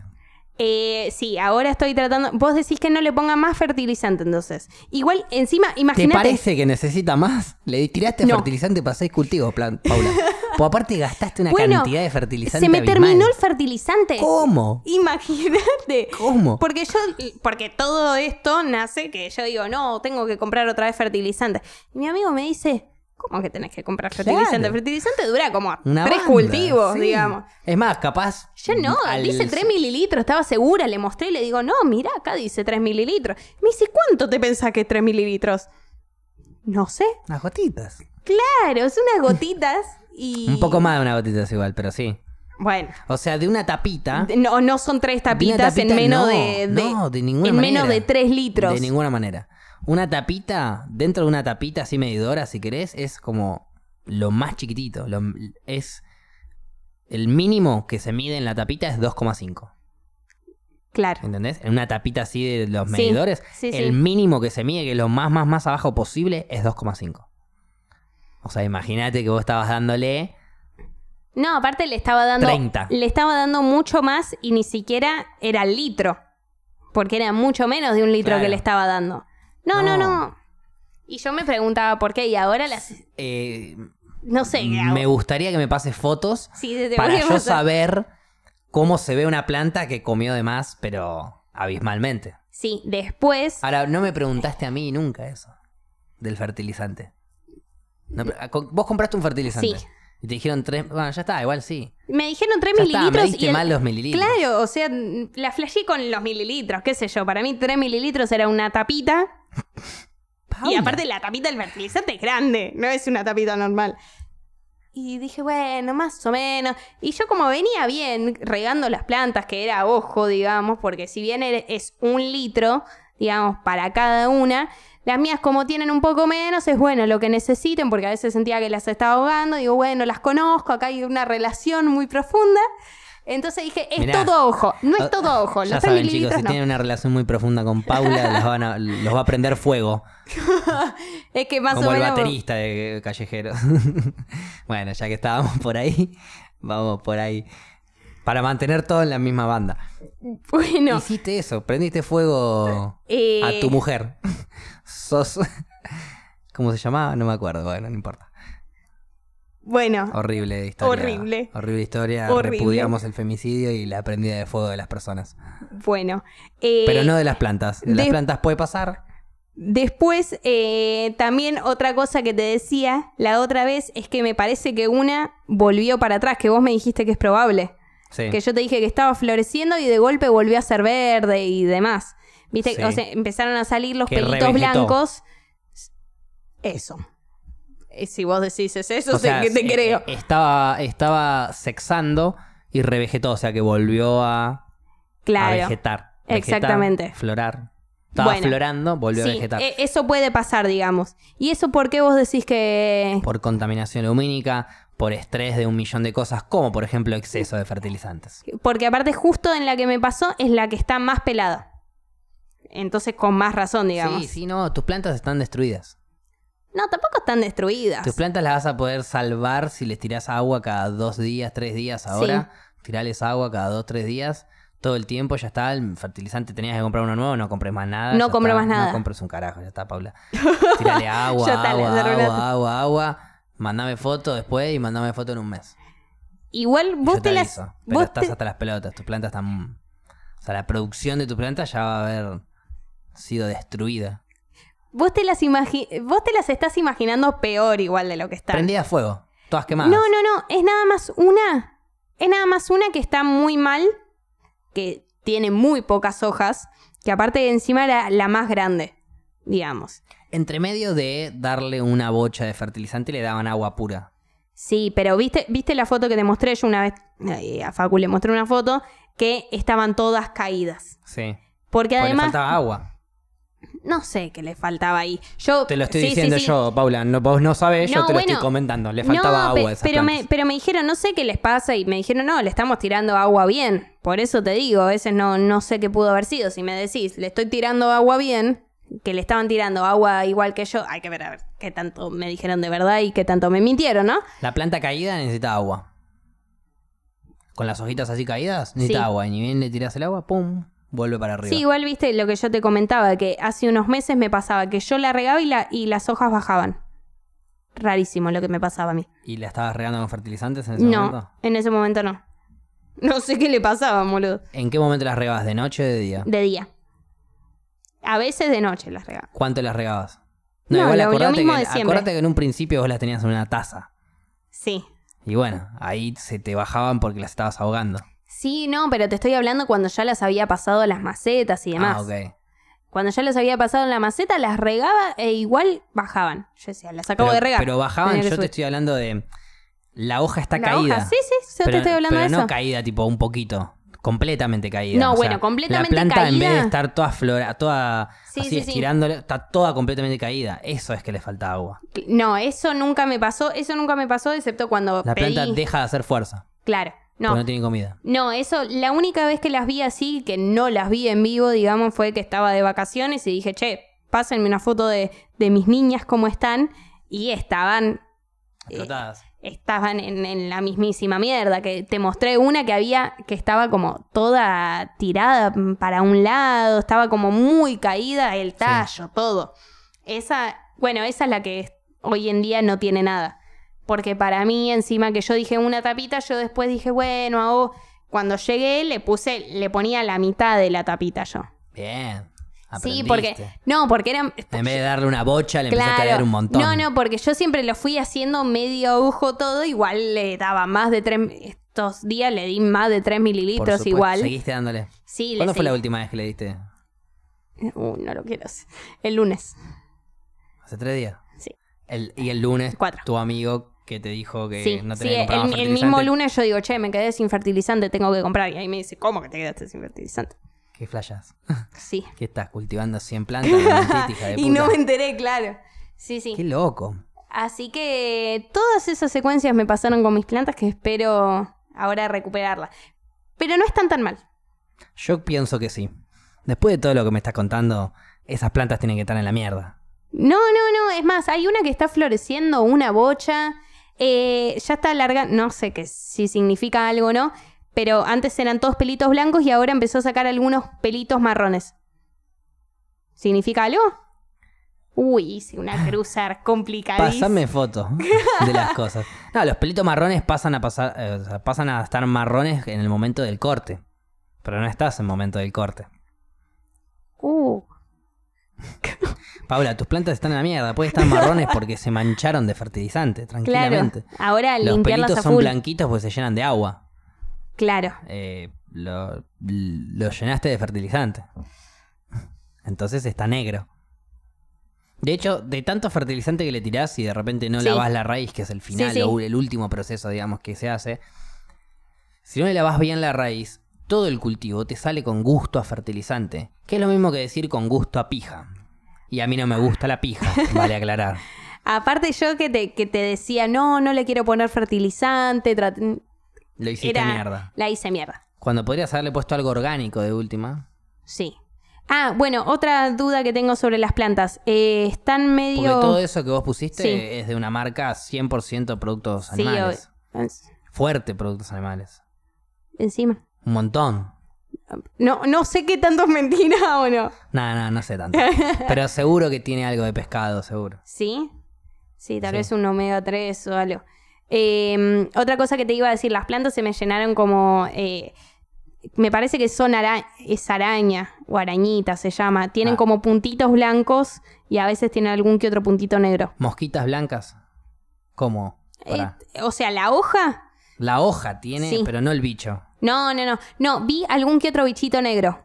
Eh, sí, ahora estoy tratando. Vos decís que no le ponga más fertilizante, entonces. Igual, encima,
¿Te
imagínate.
parece que necesita más? Le tiraste
No.
fertilizante para seis cultivos, plan, Paula. pues aparte gastaste una
Bueno,
cantidad de fertilizante.
Se me
abismal.
terminó el fertilizante.
¿Cómo?
Imagínate.
¿Cómo?
Porque yo, porque todo esto nace que yo digo, no, tengo que comprar otra vez fertilizante. Y mi amigo me dice, ¿cómo que tenés que comprar fertilizante?
Claro.
Fertilizante dura como
Una
tres
banda,
cultivos,
sí.
digamos.
Es más, capaz.
Yo no,
Mm, al-
dice 3 mililitros, estaba segura, le mostré y le digo, no, mirá, acá dice 3 mililitros. Me dice, ¿cuánto te pensás que es 3 mililitros? No sé.
Unas gotitas.
Claro, es unas gotitas y...
Un poco más de una gotita es igual, pero sí.
Bueno.
O sea, de una tapita.
de- No, no son tres tapitas
tapita,
en menos
no,
de, de-
no, de ninguna
en
manera.
menos de 3 litros.
De ninguna manera. Una tapita, dentro de una tapita así medidora, si querés, es como lo más chiquitito. lo- es el mínimo que se mide en la tapita es 2,5.
Claro.
¿Entendés? En una tapita así de los
Sí,
medidores,
sí, sí.
el mínimo que se mide, que es lo más, más, más abajo posible, es 2,5. O sea, imagínate que vos estabas dándole
No, aparte le estaba dando
30.
le estaba dando mucho más y ni siquiera era el litro, porque era mucho menos de un litro
Claro.
que le estaba dando. No, no,
No.
no, Y yo me preguntaba por qué y ahora las
eh,
no sé, qué hago.
me gustaría que me pases fotos
Sí, te- te voy
para
a
yo
mostrar.
saber cómo se ve una planta que comió de más, pero abismalmente.
Sí, después
Ahora, no me preguntaste a mí nunca eso del fertilizante. No, pero, ah, con- vos compraste un fertilizante.
Sí.
Y te dijeron tres. Bueno, ya está, igual sí.
me dijeron 3
Ya está,
mililitros
me diste
y el-
mal los mililitros.
Claro, o sea, n- la flashé con los mililitros, qué sé yo, para mí 3 mililitros era una tapita Y
Paula.
aparte la tapita del fertilizante es grande, no es una tapita normal. Y dije, bueno, más o menos. Y yo como venía bien regando las plantas, que era a ojo, digamos, porque si bien er- es un litro, digamos, para cada una, las mías como tienen un poco menos, es bueno lo que necesiten, porque a veces sentía que las estaba ahogando. Digo, bueno, las conozco, acá hay una relación muy profunda. Entonces dije, es
Mirá.
todo a ojo, no es todo a ojo.
Ah, Ya
Los
saben,
3
chicos, si
mililitros no.
tienen una relación muy profunda con Paula, los, van a- los va a prender fuego.
Es que más
como
o
el
menos...
baterista de Callejeros. bueno, ya que estábamos por ahí, vamos por ahí. Para mantener todo en la misma banda.
Bueno,
Hiciste eso, prendiste fuego
eh,
a tu mujer. Sos. ¿Cómo se llamaba? No me acuerdo, bueno, no importa.
bueno,
Horrible historia.
Horrible.
Horrible historia.
Horrible.
Repudiamos el femicidio y la prendida de fuego de las personas.
Bueno, eh,
Pero no de las plantas. De, las
de-
plantas puede pasar.
después eh, también otra cosa que te decía la otra vez es que me parece que una volvió para atrás, que vos me dijiste que es probable.
Sí.
Que yo te dije que estaba floreciendo y de golpe volvió a ser verde y demás. ¿Viste?
Sí.
O sea, empezaron a salir los
Que
pelitos
revegetó.
blancos. Eso. Eh, Si vos decís es eso,
O
sé
sea,
que te
eh,
creo.
eh, Estaba, estaba sexando y revegetó, o sea que volvió a, a
claro.
vegetar. Vegetar,
Exactamente.
Florar. Estaba
Bueno.
florando, volvió a
Sí,
vegetar.
eh, eso puede pasar, digamos. ¿Y eso por qué vos decís que
Por contaminación lumínica, por estrés de un millón de cosas, como por ejemplo exceso de fertilizantes.
Porque aparte justo en la que me pasó es la que está más pelada. Entonces con más razón, digamos.
Sí, sí, no, tus plantas están destruidas.
No, tampoco están destruidas.
Tus plantas las vas a poder salvar si les tirás agua cada dos días, tres días ahora. Tirales agua cada dos, tres días. Todo el tiempo ya está, el fertilizante tenías que comprar uno nuevo, no compres más nada.
No
ya
compro
está,
más nada.
No compres un carajo, ya está, Paula. Tirale agua,
Ya está, le
agua,
arruinaste.
agua, agua, agua. Mandame foto después y mandame foto en un mes.
Igual
Y
vos
yo
te,
te
las...
aviso. Pero
Vos
estás
te-
hasta las pelotas, tus plantas están... O sea, la producción de tu planta ya va a haber sido destruida.
vos te las imagi- vos te las estás imaginando peor igual de lo que están.
Prendida a fuego, todas
No,
quemadas.
no, no. Es nada más una. Es nada más una que está muy mal. Que tiene muy pocas hojas. Que aparte de encima era la más grande. Digamos.
Entre medio de darle una bocha de fertilizante le daban agua pura.
Sí, pero viste, viste la foto que te mostré yo una vez, eh, a Facu le mostré una foto que estaban todas caídas.
Sí.
Porque
Porque Pues le
además,
faltaba agua.
no sé qué le faltaba ahí. Yo
Te lo estoy
sí, sí,
diciendo
sí.
yo, Paula. No, vos no sabés, yo
No,
te lo
bueno.
estoy comentando. Le faltaba
No,
agua
pe-
a esas
pero me,
plantas.
pero me dijeron, no sé qué les pasa, y me dijeron, no, le estamos tirando agua bien. Por eso te digo, a veces no, no sé qué pudo haber sido. Si me decís, le estoy tirando agua bien, que le estaban tirando agua igual que yo, hay que ver a ver qué tanto me dijeron de verdad y qué tanto me mintieron, ¿no?
La planta caída necesita agua. Con las hojitas así caídas, necesita
Sí.
agua. Y ni bien le tiras el agua, pum, vuelve para arriba.
Sí, igual viste lo que yo te comentaba, que hace unos meses me pasaba que yo la regaba y, la, y las hojas bajaban. Rarísimo lo que me pasaba a mí.
¿Y la estabas regando con fertilizantes en ese
No,
momento?
en ese momento no. No sé qué le pasaba, boludo.
¿En qué momento las regabas? ¿De noche o de día?
De día. A veces de noche las regaba.
¿Cuánto las regabas?
No,
igual
lo- lo
acordate,
mismo
que,
de siempre.
acordate que en un principio vos las tenías en una taza.
Sí.
Y bueno, ahí se te bajaban porque las estabas ahogando.
Sí, no, pero te estoy hablando cuando ya las había pasado a las macetas y demás.
Ah, ok.
Cuando ya las había pasado en la maceta, las regaba e igual bajaban. Yo decía, las acabo
pero,
de regar.
pero bajaban,
Tenía
yo
que
te
subir.
estoy hablando de. La hoja está
La
caída.
hoja, sí, sí, yo te estoy hablando
pero
de
no
eso.
caída tipo un poquito. Completamente caída.
No,
o sea,
bueno, completamente
La planta en vez de
caída-
estar toda flora, toda
Sí,
así
sí, sí.
estirándola, está toda completamente caída. Eso es que le falta agua.
No, eso nunca me pasó, eso nunca me pasó, excepto cuando
La
pedí-
planta deja de hacer fuerza.
Claro, no.
Porque no tiene comida.
No, eso, la única vez que las vi así, que no las vi en vivo, digamos, fue que estaba de vacaciones y dije, che, pásenme una foto de, de mis niñas, cómo están. Y estaban,
Explotadas.
estaban en, en la mismísima mierda, que te mostré una que había, que estaba como toda tirada para un lado, estaba como muy caída el tallo, todo. Esa, bueno, esa es la que es- hoy en día no tiene nada. Porque para mí, encima que yo dije una tapita, yo después dije, bueno, hago... Cuando llegué le puse, le ponía la mitad de la tapita yo.
Bien.
Sí,
Aprendiste.
porque... No, porque era...
En vez de darle una bocha, le empezó a caer un montón.
No, no, porque yo siempre lo fui haciendo medio ojo todo, igual le daba más de 3... Estos días le di más de 3
Por
mililitros
supuesto,
igual.
Seguiste dándole.
Sí, le
¿Cuándo fue la
seguí.
última vez que le diste?
Uy, no lo quiero hacer. El lunes.
¿Hace tres días?
Sí.
El- y el lunes,
Cuatro.
tu amigo que te dijo que
sí,
no
sí,
tenía que comprar más
el, el
fertilizante,
mismo lunes yo digo, che, me quedé sin fertilizante, tengo que comprar. Y ahí me dice, ¿cómo que te quedaste sin fertilizante?
¿Qué flashas?
Sí.
¿Qué estás cultivando 100 plantas? Mentiste, hija de
y
puta.
no me enteré, claro. Sí, sí.
Qué loco.
Así que todas esas secuencias me pasaron con mis plantas que espero ahora recuperarlas. Pero no están tan mal.
Yo pienso que sí. Después de todo lo que me estás contando, esas plantas tienen que estar en la mierda.
No, no, no. Es más, hay una que está floreciendo, una bocha. eh, ya está larga. No sé qué si significa algo o no. Pero antes eran todos pelitos blancos y ahora empezó a sacar algunos pelitos marrones. ¿Significa algo? Uy, hice una cruzar complicadísima.
Pásame fotos de las cosas. No, los pelitos marrones pasan a pasar, eh, o sea, pasan a estar marrones en el momento del corte. Pero no estás en el momento del corte.
Uh,
Paula, tus plantas están en la mierda. Pueden estar marrones porque se mancharon de fertilizante,
claro.
tranquilamente.
Ahora
Los
limpiarlas
pelitos
a
son
full.
blanquitos porque se llenan de agua.
Claro.
eh, lo, lo llenaste de fertilizante. Entonces está negro. De hecho, de tanto fertilizante que le tirás y de repente no
Sí.
lavas la raíz, que es el final
Sí, sí.
o el último proceso, digamos, que se hace, si no le lavas bien la raíz, todo el cultivo te sale con gusto a fertilizante, que es lo mismo que decir con gusto a pija. Y a mí no me gusta la pija, vale aclarar.
Aparte yo que te, que te decía, no, no le quiero poner fertilizante. trat-
Lo hiciste
Era,
mierda.
La hice mierda.
Cuando podrías haberle puesto algo orgánico de última,
Sí. Ah, bueno, otra duda que tengo sobre las plantas. Eh, están medio...
Porque todo eso que vos pusiste
Sí.
es de una marca 100% productos
Sí,
animales.
o- en-
Fuerte productos animales.
encima.
Un montón.
No, no sé qué tanto es mentira o no.
No, no, no sé tanto. Pero seguro que tiene algo de pescado, seguro.
¿Sí? Sí, tal
Sí.
vez un omega 3 o algo. Eh, otra cosa que te iba a decir, las plantas se me llenaron como... eh, me parece que son ara- es araña o arañita se llama. Tienen
Ah.
como puntitos blancos y a veces tienen algún que otro puntito negro.
Mosquitas blancas. ¿Cómo? Pará.
Eh, o sea, la hoja
La hoja tiene,
sí.
pero no el bicho.
No, no, no. No, vi algún que otro bichito negro.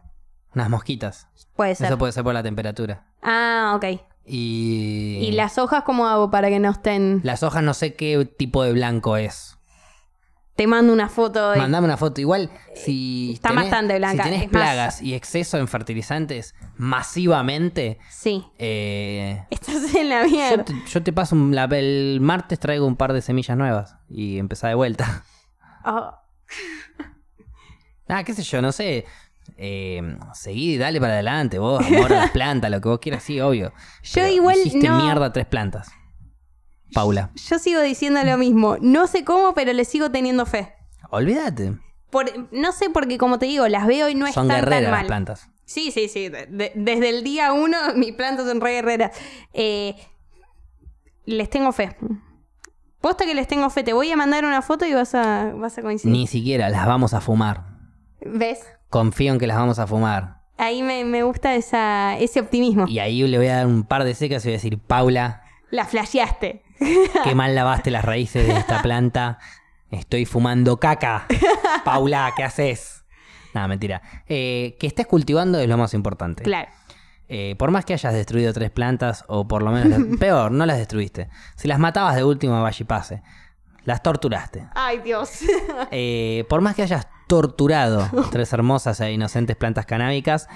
Unas mosquitas.
Puede ser.
Eso puede ser por la temperatura.
Ah, ok.
Y...
¿Y las hojas cómo hago para que no estén?
Las hojas no sé qué tipo de blanco es.
Te mando una foto de...
Mandame una foto. Igual, si
Eh, Está bastante blanca,
si tenés
es más-
plagas y exceso en fertilizantes masivamente,
Sí.
eh,
Estás en la
yo,
mierda.
te, yo te paso, un- la- el martes traigo un par de semillas nuevas y empezá de vuelta.
Oh,
Ah, qué sé Ah, yo, no sé. Eh, seguí, dale para adelante, vos, amor a las plantas, lo que vos quieras, sí, obvio.
Yo
Pero
igual
Hiciste
no-
mierda a tres plantas. Paula,
Yo sigo diciendo lo mismo. No sé cómo, pero le sigo teniendo fe.
olvídate.
Por- no sé porque, como te digo, las veo y no
Son
están tan
guerreras las
mal.
plantas.
Sí, sí, sí. De- de- desde el día uno, mis plantas son re guerreras. Eh, les tengo fe. Posta que les tengo fe. Te voy a mandar una foto y vas a, vas a coincidir.
Ni siquiera las vamos a fumar.
¿Ves?
Confío en que las vamos a fumar.
Ahí me, me gusta esa, ese optimismo.
Y ahí le voy a dar un par de secas y voy a decir, Paula,
La flasheaste.
qué mal lavaste las raíces de esta planta. Estoy fumando caca. Paula, ¿qué haces? Nada, mentira. Eh, que estés cultivando es lo más importante.
Claro.
Eh, por más que hayas destruido tres plantas, o por lo menos, peor, no las destruiste. Si las matabas de última, vaya y pase. Las torturaste.
Ay, Dios.
Eh, por más que hayas torturado tres hermosas e inocentes plantas canábicas,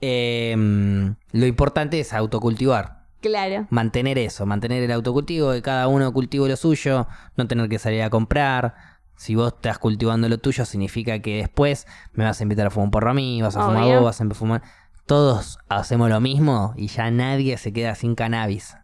eh, lo importante es autocultivar.
claro.
Mantener eso, mantener el autocultivo, que cada uno cultive lo suyo, no tener que salir a comprar. Si vos estás cultivando lo tuyo, significa que después me vas a invitar a fumar un porro a mí, vas a fumar
Obvio.
vos, vas a em- fumar. Todos hacemos lo mismo y ya nadie se queda sin cannabis.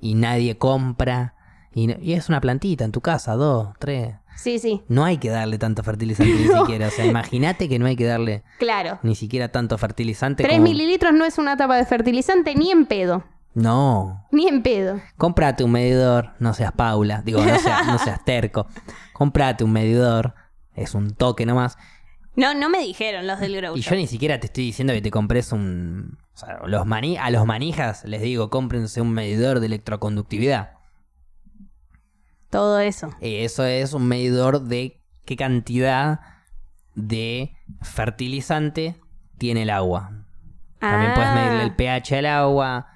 Y nadie compra. Y, no- y es una plantita en tu casa, dos, tres.
Sí, sí.
No hay que darle tanto fertilizante ni siquiera. O sea, imagínate que no hay que darle
Claro.
ni siquiera tanto fertilizante.
3
como-
mililitros no es una tapa de fertilizante ni en pedo.
No.
Ni en pedo.
Comprate un medidor, no seas Paula. Digo, no seas, no seas terco. Comprate un medidor, es un toque nomás.
No, no me dijeron los del grow.
Y
shop.
yo ni siquiera te estoy diciendo que te compres un. o sea, los mani- a los manijas les digo, cómprense un medidor de electroconductividad.
Todo eso.
Eh, Eso es un medidor de qué cantidad de fertilizante tiene el agua. También puedes medirle
Ah,
el pH al agua.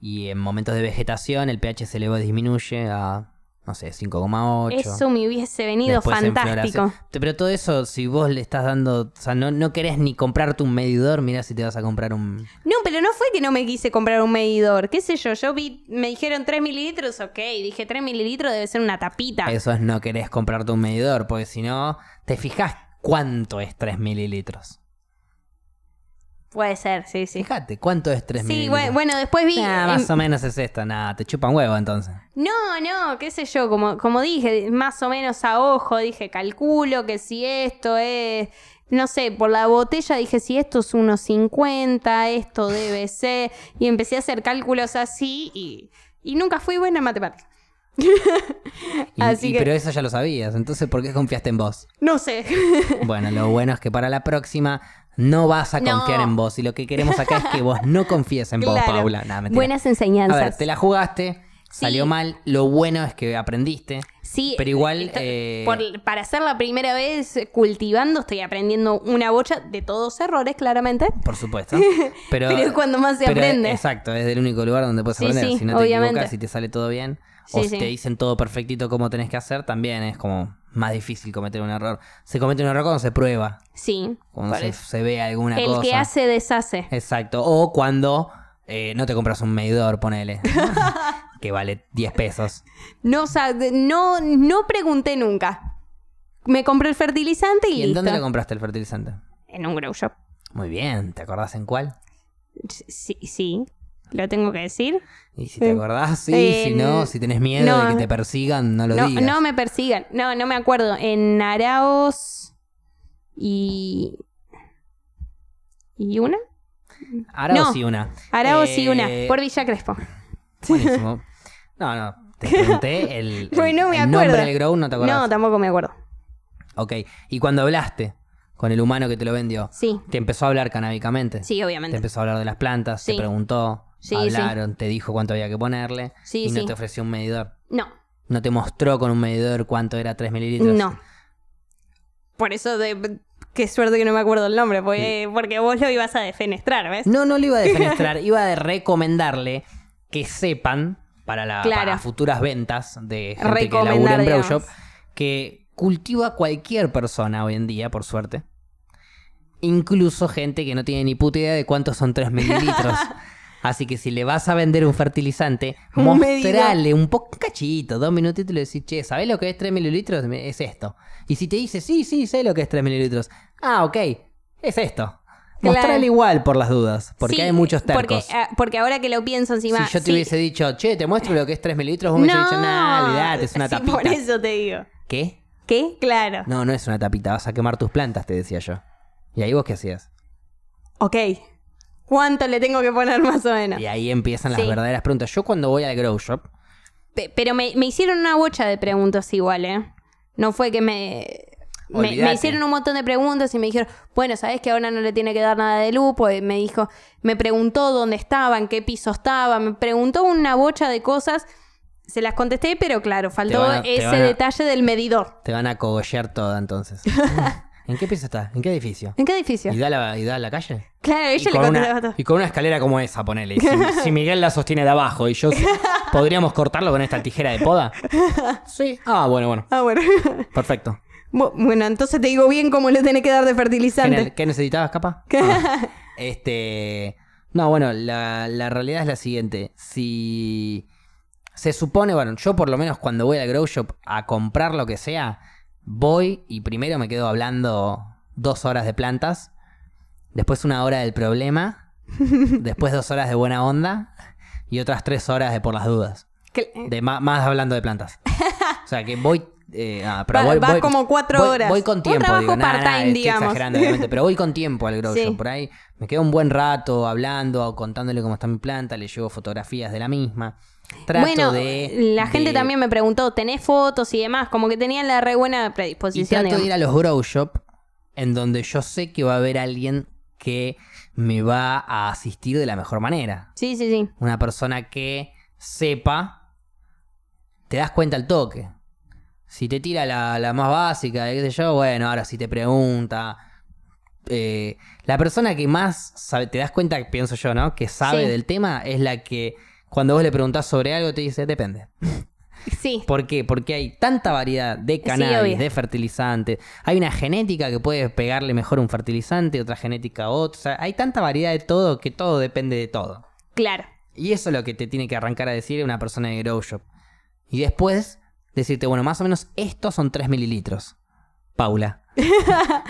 Y en momentos de vegetación, el pH se eleva disminuye a, no sé, 5,8.
Eso me hubiese venido
Después en
fantástico.
floración. Te- Pero todo eso, si vos le estás dando. O sea, no, no querés ni comprarte un medidor, mirá si te vas a comprar un.
No, pero no fue que no me quise comprar un medidor. ¿Qué sé yo? Yo vi, me dijeron 3 mililitros, ok. Dije 3 mililitros debe ser una tapita.
Eso es no querés comprarte un medidor, porque si no, te fijás cuánto es 3 mililitros.
Puede ser, sí, sí.
Fíjate, cuánto es 3
Sí,
mililitros.
bueno, bueno, después vi.
Nah,
em,
más o menos es esta, nada, te chupan huevo entonces.
No, no, qué sé yo, como, como dije, más o menos a ojo, dije, calculo que si esto es, no sé, por la botella dije, si esto es 1,50, esto debe ser, y empecé a hacer cálculos así y, y nunca fui buena en matemáticas.
Y-
Así
y-
que-
Pero eso ya lo sabías, entonces ¿por qué confiaste en vos?
No sé.
Bueno, lo bueno es que para la próxima no vas a
No.
confiar en vos. Y lo que queremos acá es que vos no confíes en vos,
Claro.
Paula. Nah, mentira.
Buenas
a
enseñanzas.
ver, te la jugaste, salió
Sí.
mal. Lo bueno es que aprendiste.
Sí,
pero igual,
esto-
eh,
por- para ser la primera vez cultivando, estoy aprendiendo una bocha de todos errores, claramente.
Por supuesto. Pero,
Pero es cuando más se aprende.
Exacto, es el único lugar donde puedes
Sí,
aprender.
sí,
si no te
obviamente.
equivocas, si te sale todo bien, o
Sí,
si
sí.
te dicen todo perfectito como tenés que hacer, también es como más difícil cometer un error. Se comete un error cuando se prueba,
Sí.
cuando
por
se,
eso.
se ve alguna
El
cosa.
que hace, deshace.
Exacto. O cuando eh, no te compras un medidor, ponele. que vale 10 pesos.
No, sa- de- no, no pregunté nunca. Me compré el fertilizante y,
¿Y en
listo.
dónde lo compraste el fertilizante?
En un grow shop.
Muy bien, ¿te acordás en cuál?
Sí, sí, lo tengo que decir.
Y si te
Eh,
acordás, sí,
eh,
si no, si tenés miedo
no.
de que te persigan, no lo
No,
digas.
no me persigan. No, no me acuerdo. En Araos y... ¿Y una?
Araos
no.
y una.
Araos y
Eh,
una, por Villa Crespo.
Buenísimo. No, no, te pregunté el, el-
Bueno, me
el
acuerdo.
nombre del grow, no te acordás.
No, tampoco me acuerdo.
ok, y cuando hablaste con el humano que te lo vendió,
Sí,
te empezó a hablar canábicamente.
sí,
Te
obviamente.
empezó a hablar de las plantas,
Sí.
te preguntó,
Sí,
hablaron, te dijo cuánto había que ponerle
Sí,
y no
sí.
te ofreció un medidor.
No,
No te mostró con un medidor cuánto era 3 mililitros.
no. Por eso, de- qué suerte que no me acuerdo el nombre, porque, porque vos lo ibas a defenestrar, ¿ves?
No, no le iba a defenestrar, iba a recomendarle que sepan para, la,
Claro.
para futuras ventas de gente que labura
Recomendar,
en Brow
digamos.
Shop, que cultiva cualquier persona hoy en día, por suerte. Incluso gente que no tiene ni puta idea de cuántos son 3 mililitros. Así que si le vas a vender un fertilizante,
Un
mostrale un poco, un cachito, dos minutitos y le decís, che, ¿sabés lo que es 3 mililitros? Me- Es esto. Y si te dice, sí, sí, sé lo que es 3 mililitros. Ah, ok. es esto.
Claro.
Mostrarle igual por las dudas, porque
Sí,
hay muchos
Porque,
tercos.
ah, porque ahora que lo pienso encima.
si yo te
sí.
hubiese dicho, che, te muestro lo que es 3 mililitros, vos me hubieses dicho, nah, olvidate, es una
Sí,
tapita.
Por eso te digo.
¿Qué?
¿Qué? Claro.
No, no es una tapita, vas a quemar tus plantas, te decía yo. Y ahí vos qué hacías.
Ok. ¿Cuánto le tengo que poner más o menos?
Y ahí empiezan las
Sí.
verdaderas preguntas. Yo cuando voy al grow shop,
Pe- pero me, me hicieron una bocha de preguntas igual, ¿eh? No fue que me... Me, me
Olvídate.
hicieron un montón de preguntas y me dijeron, bueno, ¿sabes que ahora no le tiene que dar nada de lupo? Y me dijo, me preguntó dónde estaba, en qué piso estaba, me preguntó una bocha de cosas, se las contesté, pero claro, faltó
van a- te
ese
van a-
detalle del medidor.
te van a cogollear toda entonces. ¿En qué piso está? ¿En qué edificio?
¿En qué edificio?
¿Y da la, y da la calle?
Claro, ella le
con
contestaba
una,
todo.
y con una escalera como esa, ponele. Si, si Miguel la sostiene de abajo y yo podríamos cortarlo con esta tijera de poda. Sí. Ah, bueno, bueno.
Ah, bueno.
Perfecto.
Bu- bueno, entonces te digo bien cómo le tiene que dar de
¿Qué,
fertilizante.
ne- qué necesitabas, capa? Ah, este. No, bueno, la, la realidad es la siguiente. Si se supone, bueno, yo por lo menos cuando voy al grow shop a comprar lo que sea, voy y primero me quedo hablando dos horas de plantas, después una hora del problema, después dos horas de buena onda y otras tres horas de por las dudas.
Que-
De ma- más, hablando de plantas. O sea que voy. eh, ah, pero
Va-
voy,
vas
voy-
como cuatro
voy-
horas.
Voy con
Un
tiempo.
trabajo
digo, nah, nah,
part-time,
estoy
digamos.
exagerando, obviamente, pero voy con tiempo al grow
Sí.
shop. Por ahí me quedo un buen rato hablando, contándole cómo está mi planta, le llevo fotografías de la misma. Trato
bueno,
de.
la gente
de-
también me preguntó, ¿tenés fotos y demás? Como que tenían la re buena
Y
predisposición.
trato de ir
digamos.
a los grow shop en donde yo sé que va a haber alguien que me va a asistir de la mejor manera.
Sí, sí, sí.
una persona que sepa, te das cuenta al toque. Si te tira la, la más básica, eh, qué sé yo, bueno, ahora si te pregunta. Eh, la persona que más sabe, te das cuenta, pienso yo, ¿no? Que sabe
Sí.
del tema es la que cuando vos le preguntás sobre algo te dice, depende.
Sí,
¿Por qué? Porque hay tanta variedad de cannabis,
obvio.
de fertilizantes. Hay una genética que puede pegarle mejor un fertilizante, otra genética a otro. O sea, hay tanta variedad de todo que todo depende de todo.
claro.
Y eso es lo que te tiene que arrancar a decir una persona de Grow Shop. Y después decirte, bueno, más o menos estos son 3 mililitros. Paula.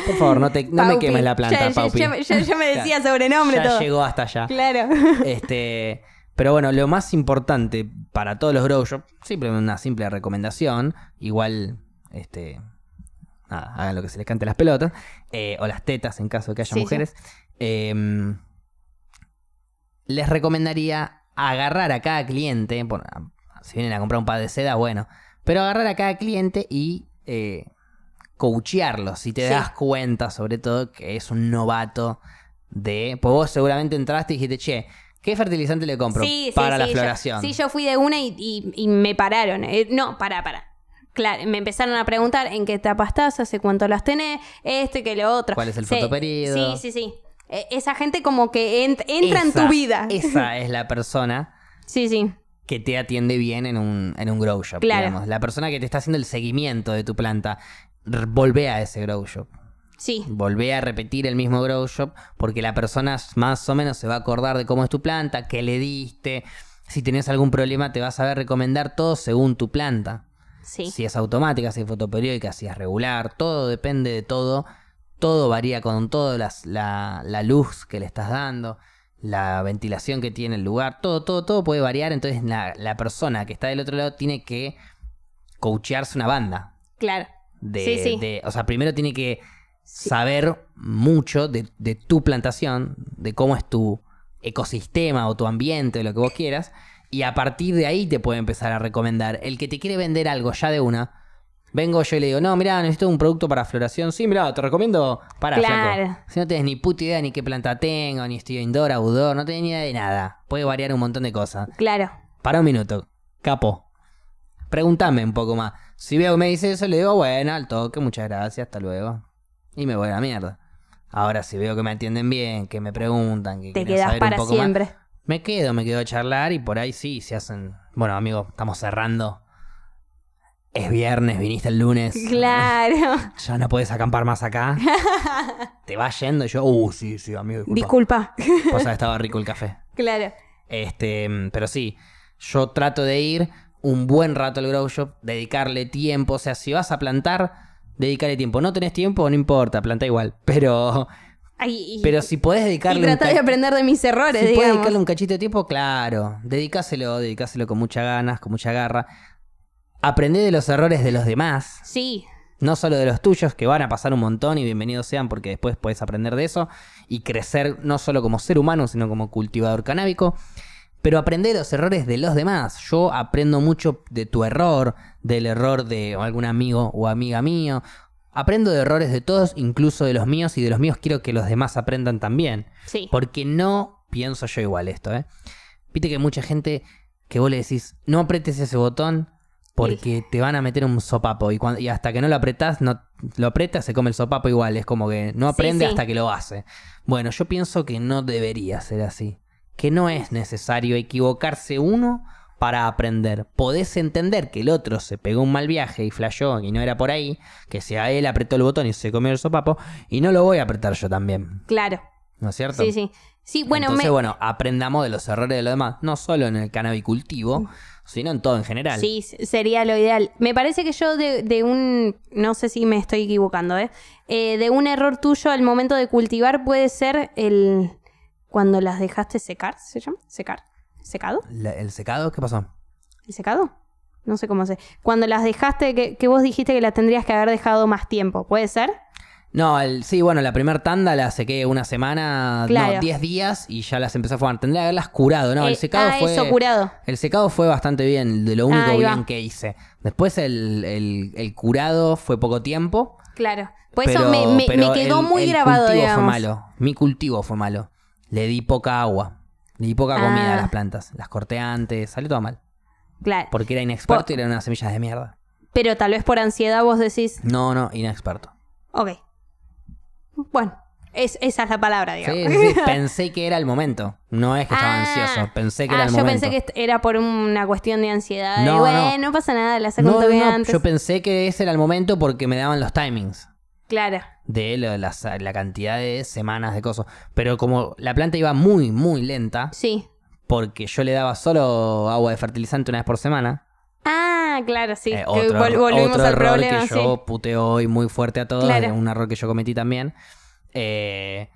Por favor, no, te, no me
Paupi.
quemes la planta,
Ya- ya-
Paupi.
Ya, ya- ya me decía sobrenombre
Ya
todo.
llegó hasta allá.
Claro.
Este, pero bueno, lo más importante para todos los grow shop, simplemente una simple recomendación, igual, este, nada, hagan lo que se les cante las pelotas, eh, o las tetas en caso de que haya
Sí, sí.
mujeres, eh, les recomendaría agarrar a cada cliente, bueno, si vienen a comprar un par de seda, bueno, pero agarrar a cada cliente y eh, coachearlo, si te
Sí.
das cuenta sobre todo que es un novato de... Pues vos seguramente entraste y dijiste, che, ¿qué fertilizante le compro
Sí, sí,
para
sí,
la
yo-
floración?
sí, yo fui de una y, y- y me pararon. Eh, no, pará, pará. Claro, me empezaron a preguntar en qué etapa estás, hace cuánto las tenés, este, que lo otro.
¿Cuál es el
Sí,
fotoperiodo?
Sí, sí, sí. Eh, Esa gente como que ent- entra en tu
Esa-
vida.
Esa es la persona
Sí, sí.
que te atiende bien en un, en un grow shop,
Claro.
digamos. La persona que te está haciendo el seguimiento de tu planta. R- Volvé a ese grow shop.
Sí.
Volvé a repetir el mismo grow shop porque la persona más o menos se va a acordar de cómo es tu planta, qué le diste. Si tenés algún problema te va a saber recomendar todo según tu planta.
Sí.
Si es automática, si es fotoperiódica, si es regular, todo depende de todo. Todo varía con todo, las- la, la luz que le estás dando, la ventilación que tiene el lugar, todo, todo, todo puede variar. Entonces la, la persona que está del otro lado tiene que coachearse una banda.
Claro.
De,
Sí, sí.
de- o sea, primero tiene que saber mucho de, de tu plantación, de cómo es tu ecosistema o tu ambiente, lo que vos quieras. Y a partir de ahí te puede empezar a recomendar. El que te quiere vender algo ya de una, vengo yo y le digo, no, mirá, necesito un producto para floración. Sí, mirá, te recomiendo para
Claro.
Si no tenés ni puta idea ni qué planta tengo, ni estoy indoor, outdoor, no tenés ni idea de nada. Puede variar un montón de cosas.
Claro.
Para un minuto, capo. Pregúntame un poco más. Si veo que me dice eso, le digo, bueno, al toque, muchas gracias, hasta luego. Y me voy a la mierda. Ahora, si veo que me atienden bien, que me preguntan, que
Te
quieren
quedas
saber un
para
poco más,
siempre.
me quedo, me quedo a charlar y por ahí sí se hacen. Bueno, amigo, estamos cerrando. Es viernes, viniste el lunes.
Claro.
Ya no puedes acampar más acá. Te vas yendo y yo, uh, sí, sí, amigo, disculpa.
Disculpa.
Vos sabés, estaba rico el café.
Claro.
Este, mm, pero sí, yo trato de ir un buen rato al grow shop, dedicarle tiempo. O sea, si vas a plantar, dedicarle tiempo. No tenés tiempo, no importa, planta igual. Pero
Ay, y-
Pero si podés
y
dedicarle un
tratar de
ca-
aprender de mis errores,
Si puedes
digamos.
dedicarle un cachito de tiempo, claro. Dedicáselo, dedicáselo con muchas ganas, con mucha garra. Aprende de los errores de los demás,
Sí,
no solo de los tuyos, que van a pasar un montón y bienvenidos sean porque después puedes aprender de eso y crecer no solo como ser humano, sino como cultivador canábico. Pero aprende de los errores de los demás. Yo aprendo mucho de tu error, del error de algún amigo o amiga mío. Aprendo de errores de todos, incluso de los míos, y de los míos quiero que los demás aprendan también.
sí.
Porque no pienso yo igual esto, ¿eh? Viste que hay mucha gente que vos le decís, no apretes ese botón porque te van a meter un sopapo. Y, cuan- y hasta que no lo apretás, no lo apretas, se come el sopapo igual. Es como que no
Sí,
aprende
sí.
hasta que lo hace. Bueno, yo pienso que no debería ser así. Que no es necesario equivocarse uno para aprender. Podés entender que el otro se pegó un mal viaje y flasheó y no era por ahí. Que si a él apretó el botón y se comió el sopapo. Y no lo voy a apretar yo también.
Claro.
¿No es cierto?
Sí, sí. Sí, bueno,
Entonces,
me...
bueno, aprendamos de los errores de los demás, no solo en el cannabicultivo, sino en todo en general.
Sí, s- sería lo ideal. Me parece que yo de, de un, no sé si me estoy equivocando, ¿eh? Eh, de un error tuyo al momento de cultivar puede ser el cuando las dejaste secar, ¿se llama? Secar. ¿Secado?
La- ¿El secado qué pasó?
¿El secado? No sé cómo se. Cuando las dejaste, que, que vos dijiste que las tendrías que haber dejado más tiempo, ¿puede ser?
No, el, sí, bueno, la primera tanda la sequé una semana,
Claro.
no, 10 días y ya las empecé a fumar. Tendría que haberlas curado, ¿no?
Eh,
el secado
ah,
fue.
eso, curado.
El secado fue bastante bien, de lo único
Ahí va.
bien que hice. Después el, el- el curado fue poco tiempo.
Claro. Por
pero-
Pues eso me, me- me
pero
quedó
el-
muy
el
grabado,
cultivo
digamos.
fue malo. Mi cultivo fue malo. Le di poca agua. Le di poca comida
Ah.
a las plantas. Las corté antes, salió todo mal.
Claro.
Porque era inexperto y eran unas semillas de mierda.
Pero tal vez por ansiedad vos decís,
No, no, inexperto.
ok. Bueno, es, esa es la palabra,
Sí,
digamos.
sí, sí, pensé que era el momento. No es que estaba
Ah.
ansioso, pensé que
ah,
era el
yo
momento.
pensé que est- era por una cuestión de ansiedad. y
No,
bueno, no.
no.
pasa nada, la saco
no,
un
no,
toque
no,
antes.
yo pensé que ese era el momento porque me daban los timings
Claro,
de lo- las- la cantidad de semanas de cosas. Pero como la planta iba muy, muy lenta,
sí.
porque yo le daba solo agua de fertilizante una vez por semana.
Ah, claro, sí. que
eh, otro,
vol- volvimos
otro
al
error
problema,
que yo puteo hoy muy fuerte a todos,
Claro.
un error que yo cometí también. Eh,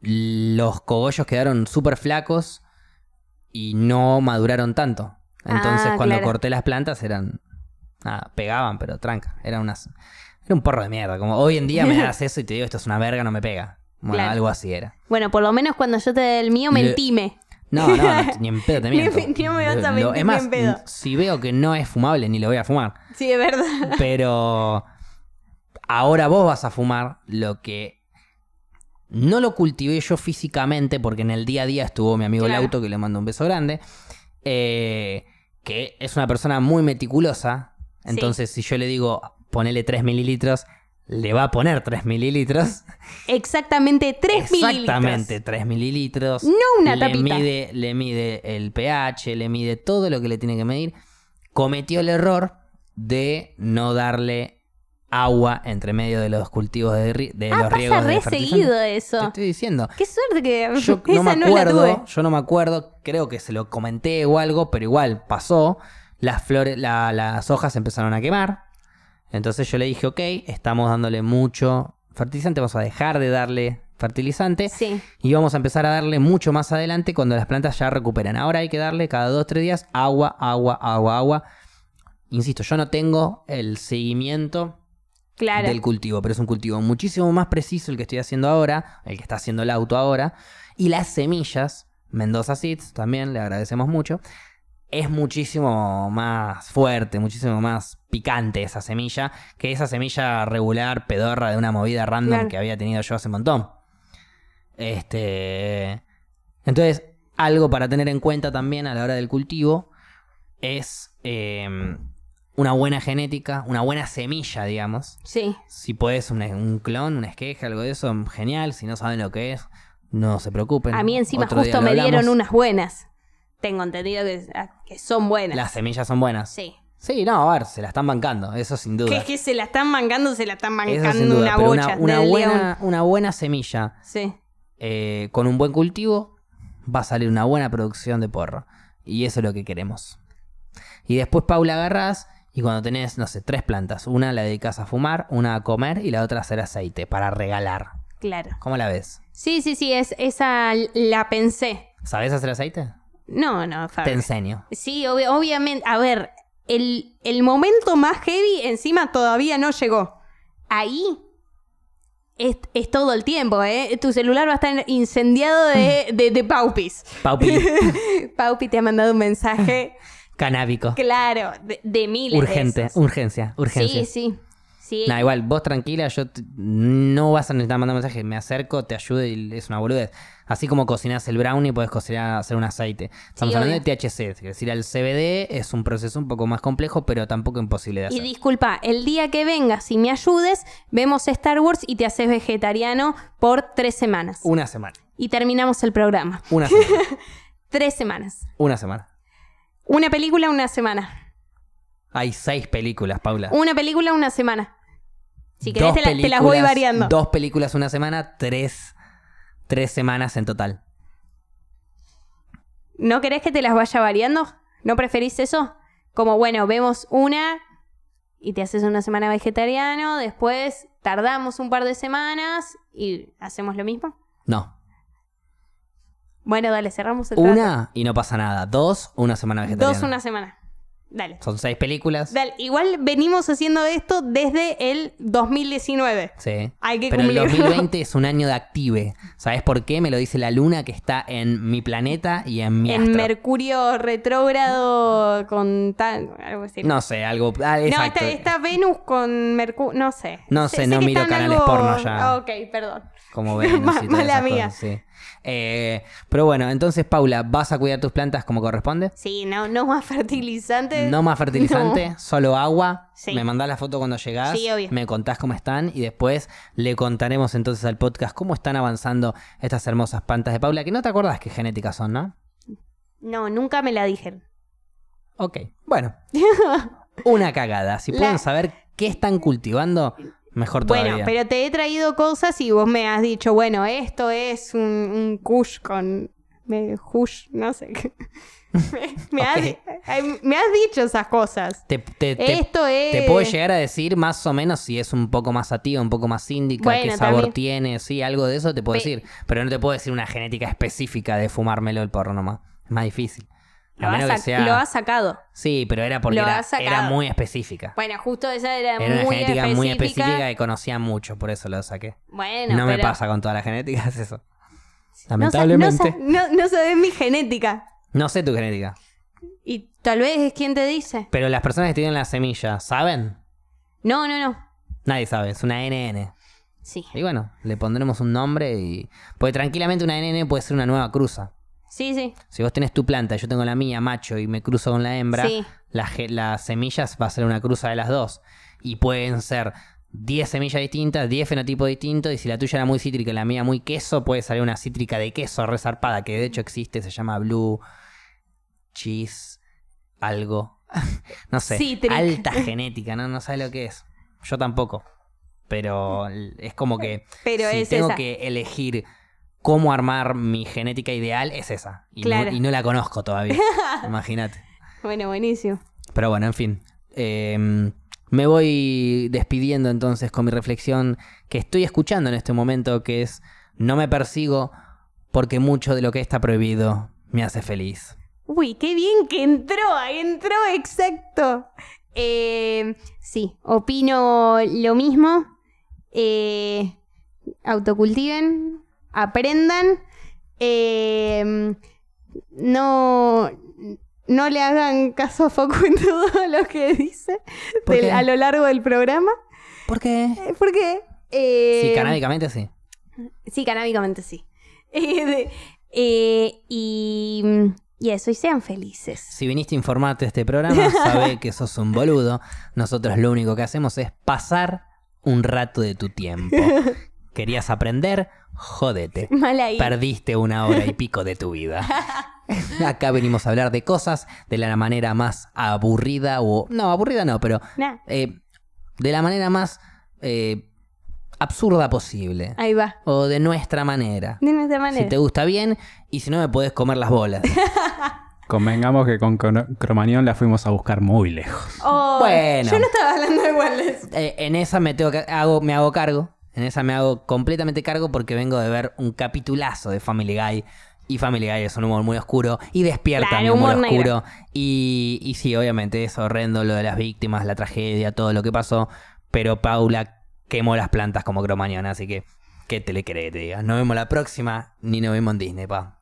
los cogollos quedaron súper flacos y no maduraron tanto. Entonces
Ah,
cuando
claro.
corté las plantas eran... Nada, pegaban, pero tranca. Era unas... Era un porro de mierda. Como hoy en día me das eso y te digo, esto es una verga, no me pega. Bueno,
Claro.
algo así era.
sí. Bueno, por lo menos cuando yo te dé el mío,
Le-
mentime.
No, no, no, ni en pedo te
Ni en
miento.
pe- no me vas a
Lo-
mentir
lo-
ni
Es más,
en pedo.
si veo que no es fumable, ni lo voy a fumar.
Sí, es verdad.
Pero ahora vos vas a fumar lo que no lo cultivé yo físicamente, porque en el día a día estuvo mi amigo
Claro.
Lauto, que le mando un beso grande, eh, que es una persona muy meticulosa.
Sí.
Entonces, si yo le digo ponele 3 mililitros, le va a poner 3 mililitros.
Exactamente 3 mililitros.
Exactamente, 3 mililitros.
No una
le
tapita.
Mide, le mide el pH, le mide todo lo que le tiene que medir. Cometió el error de no darle agua entre medio de los cultivos de, ri- de
Ah,
los
pasa
riegos de
re
fertilizante.
seguido
Te
eso.
estoy diciendo.
Qué suerte que
Yo
esa
no me
no
acuerdo,
la tuve.
yo no me acuerdo, creo que se lo comenté o algo, pero igual pasó. Las flores, la- las hojas empezaron a quemar. Entonces yo le dije, ok, estamos dándole mucho fertilizante, vamos a dejar de darle fertilizante.
Sí,
Y vamos a empezar a darle mucho más adelante cuando las plantas ya recuperan. Ahora hay que darle cada 2-3 días agua, agua, agua, agua. Insisto, yo no tengo el seguimiento
claro.
del cultivo, pero es un cultivo muchísimo más preciso el que estoy haciendo ahora, el que está haciendo el auto ahora. Y las semillas, Mendoza Seeds, también le agradecemos mucho. Es muchísimo más fuerte, muchísimo más picante esa semilla que esa semilla regular, pedorra de una movida random
Claro.
que había tenido yo hace un montón. Este. Entonces, algo para tener en cuenta también a la hora del cultivo es eh, una buena genética, una buena semilla, digamos.
Sí,
Si podés un, un clon, una esqueja, algo de eso, genial. Si no saben lo que es, no se preocupen.
a mí encima
Otro día
justo
lo
me dieron
hablamos.
unas buenas. Tengo entendido que, ah, que son buenas.
Las semillas son buenas.
Sí.
Sí, no, a ver, se la están bancando, eso sin duda.
Que es que se la están mangando, se la están
eso
mangando
sin duda.
una
pero
bocha.
una, una
del día uno.
buena, una buena semilla
Sí.
eh, con un buen cultivo va a salir una buena producción de porro. Y eso es lo que queremos. Y después, Paula, agarrás y cuando tenés, no sé, tres plantas, una la dedicas a fumar, una a comer y la otra a hacer aceite para regalar.
Claro.
¿Cómo la ves?
Sí, sí, sí, es, esa la pensé.
¿Sabes hacer aceite?
No, no,
Te
Faber.
enseño.
Sí, obvi- obviamente. A ver, el, el momento más heavy encima todavía no llegó. Ahí es, es todo el tiempo, ¿eh? Tu celular va a estar incendiado de, de, de Paupis.
Paupi,
Paupi te ha mandado un mensaje,
canábico.
claro, de, de miles de
Urgente,
esos.
urgencia, urgencia.
Sí, sí. Sí,
Nah, igual, vos tranquila, yo te- no vas a necesitar mandar mensaje. Me acerco, te ayudo y es una boludez. Así como cocinás el brownie, podés cocinar, hacer un aceite. Estamos
Sí,
hablando
obvio.
de THC, es decir, el CBD es un proceso un poco más complejo, pero tampoco imposible de
Y
hacer.
disculpa, el día que vengas y me ayudes, vemos Star Wars y te haces vegetariano por tres semanas.
Una semana,
Y terminamos el programa.
una semana,
Tres semanas.
una semana.
Una película, una semana.
Hay seis películas, Paula.
Una película, una semana. Si querés,
Dos
te, la- te las voy
películas-
variando.
Dos películas una semana, tres, tres semanas en total.
¿No querés que te las vaya variando? ¿No preferís eso? Como, bueno, vemos una y te haces una semana vegetariano, después tardamos un par de semanas y hacemos lo mismo.
No,
Bueno, dale, cerramos el trato.
una y no pasa nada. Dos, una semana vegetariana.
Dos, una semana. Dale.
Son seis películas.
Dale, igual venimos haciendo esto desde el 2019.
Sí.
Hay que
Pero el
cumplirlo.
2020 es un año de active. ¿Sabes por qué? Me lo dice la luna que está en mi planeta y en mi
En
astro.
Mercurio retrógrado con tal. Algo así.
No sé, algo. ah,
No,
exacto.
está, está Venus con Mercurio. No sé.
No sé, no
que
miro
está en
canales porno ya.
Ah, Ok, perdón.
Como ven,
Ma-
y todas
mala
esas
mía.
cosas, sí. Eh, pero bueno, entonces, Paula, ¿vas a cuidar tus plantas como corresponde?
Sí, no, no más fertilizante.
No más fertilizante, solo agua.
Sí.
Me mandás la foto cuando llegás.
Sí, obvio.
Me contás cómo están y después le contaremos entonces al podcast cómo están avanzando estas hermosas plantas de Paula, que no te acordás qué genéticas son, ¿no?
No, nunca me la dijeron.
Ok, bueno. Una cagada. Si
La-
pueden saber qué están cultivando, mejor todavía.
Bueno, pero te he traído cosas y vos me has dicho, bueno, esto es un, un kush con... Me, hush, no sé. qué. me, me has,
Ok.
ay, me has dicho esas cosas.
te, te- te-
esto es...
te puedo llegar a decir más o menos si es un poco más sativa, un poco más índica, qué
Bueno,
sabor
también.
tiene, sí, algo de eso te puedo
Pe-
decir. Pero no te puedo decir una genética específica de fumármelo el porro nomás. Es más difícil.
Lo
a
has,
menos que
sac-
sea.
lo has sacado.
Sí, pero era porque
lo
era,
has sacado.
era muy específica.
Bueno, justo esa era,
era una
muy,
genética
específica.
muy específica que conocía mucho, por eso lo saqué.
Bueno,
no me
pero-
pasa con todas las genéticas eso.
No sa-
Lamentablemente.
No, sa- no- no sabes mi genética.
no sé tu genética.
Y tal vez es quien te dice.
Pero las personas que tienen la semilla, ¿saben?
No, no, no.
Nadie sabe, es una NN.
Sí.
Y bueno, le pondremos un nombre y... Porque tranquilamente una NN puede ser una nueva cruza.
Sí, sí.
Si vos tenés tu planta, y yo tengo la mía, macho, y me cruzo con la hembra,
Sí.
la ge- las semillas va a ser una cruza de las dos. Y pueden ser 10 semillas distintas, 10 fenotipos distintos, y si la tuya era muy cítrica y la mía muy queso, puede salir una cítrica de queso resarpada, que de hecho existe, se llama blue cheese, algo. no sé,
Cítrica.
alta genética, no, no sabe lo que es. Yo tampoco. Pero l- es como que
Pero
si
es
tengo
esa.
que elegir cómo armar mi genética ideal, es esa. Y, no-
Claro.
y no la conozco todavía. Imagínate.
Bueno, buenísimo.
Pero bueno, en fin. Eh, me voy despidiendo entonces con mi reflexión que estoy escuchando en este momento, que es, no me persigo porque mucho de lo que está prohibido me hace feliz.
Uy, qué bien que entró, ahí entró exacto. Eh, sí, opino lo mismo. Eh, autocultiven, aprendan. eh, no, no le hagan caso a Facu en todo lo que dice
¿Por
del-
qué?
a lo largo del programa.
¿Por qué?
eh, Porque... eh,
sí, canábicamente sí.
Sí, canábicamente sí. Eh, de- eh, y, y eso, y sean felices.
Si viniste a informarte de este programa, sabe que sos un boludo. Nosotros lo único que hacemos es pasar un rato de tu tiempo. ¿Querías aprender? Jódete.
Mal ahí.
Perdiste una hora y pico de tu vida. Acá venimos a hablar de cosas de la manera más aburrida o... No, aburrida no, pero
Nah,
eh, de la manera más eh, absurda posible.
ahí va.
O de nuestra manera.
De nuestra
Si
manera.
te gusta bien y si no me podés comer las bolas.
Convengamos que con Cro- Cromañón la fuimos a buscar muy lejos.
Oh,
Bueno.
Yo no estaba hablando de Wallace.
Eh, en esa me, tengo que- hago, me hago cargo. En esa me hago completamente cargo porque vengo de ver un capitulazo de Family Guy. Y Family Guy es un humor muy oscuro. Y despierta
Claro,
mi humor,
humor negro.
oscuro. Y, y sí, obviamente es horrendo lo de las víctimas, la tragedia, todo lo que pasó. Pero Paula quemó las plantas como cromañón. Así que, ¿qué te le crees? Te diga. Nos vemos la próxima. Ni nos vemos en Disney, pa.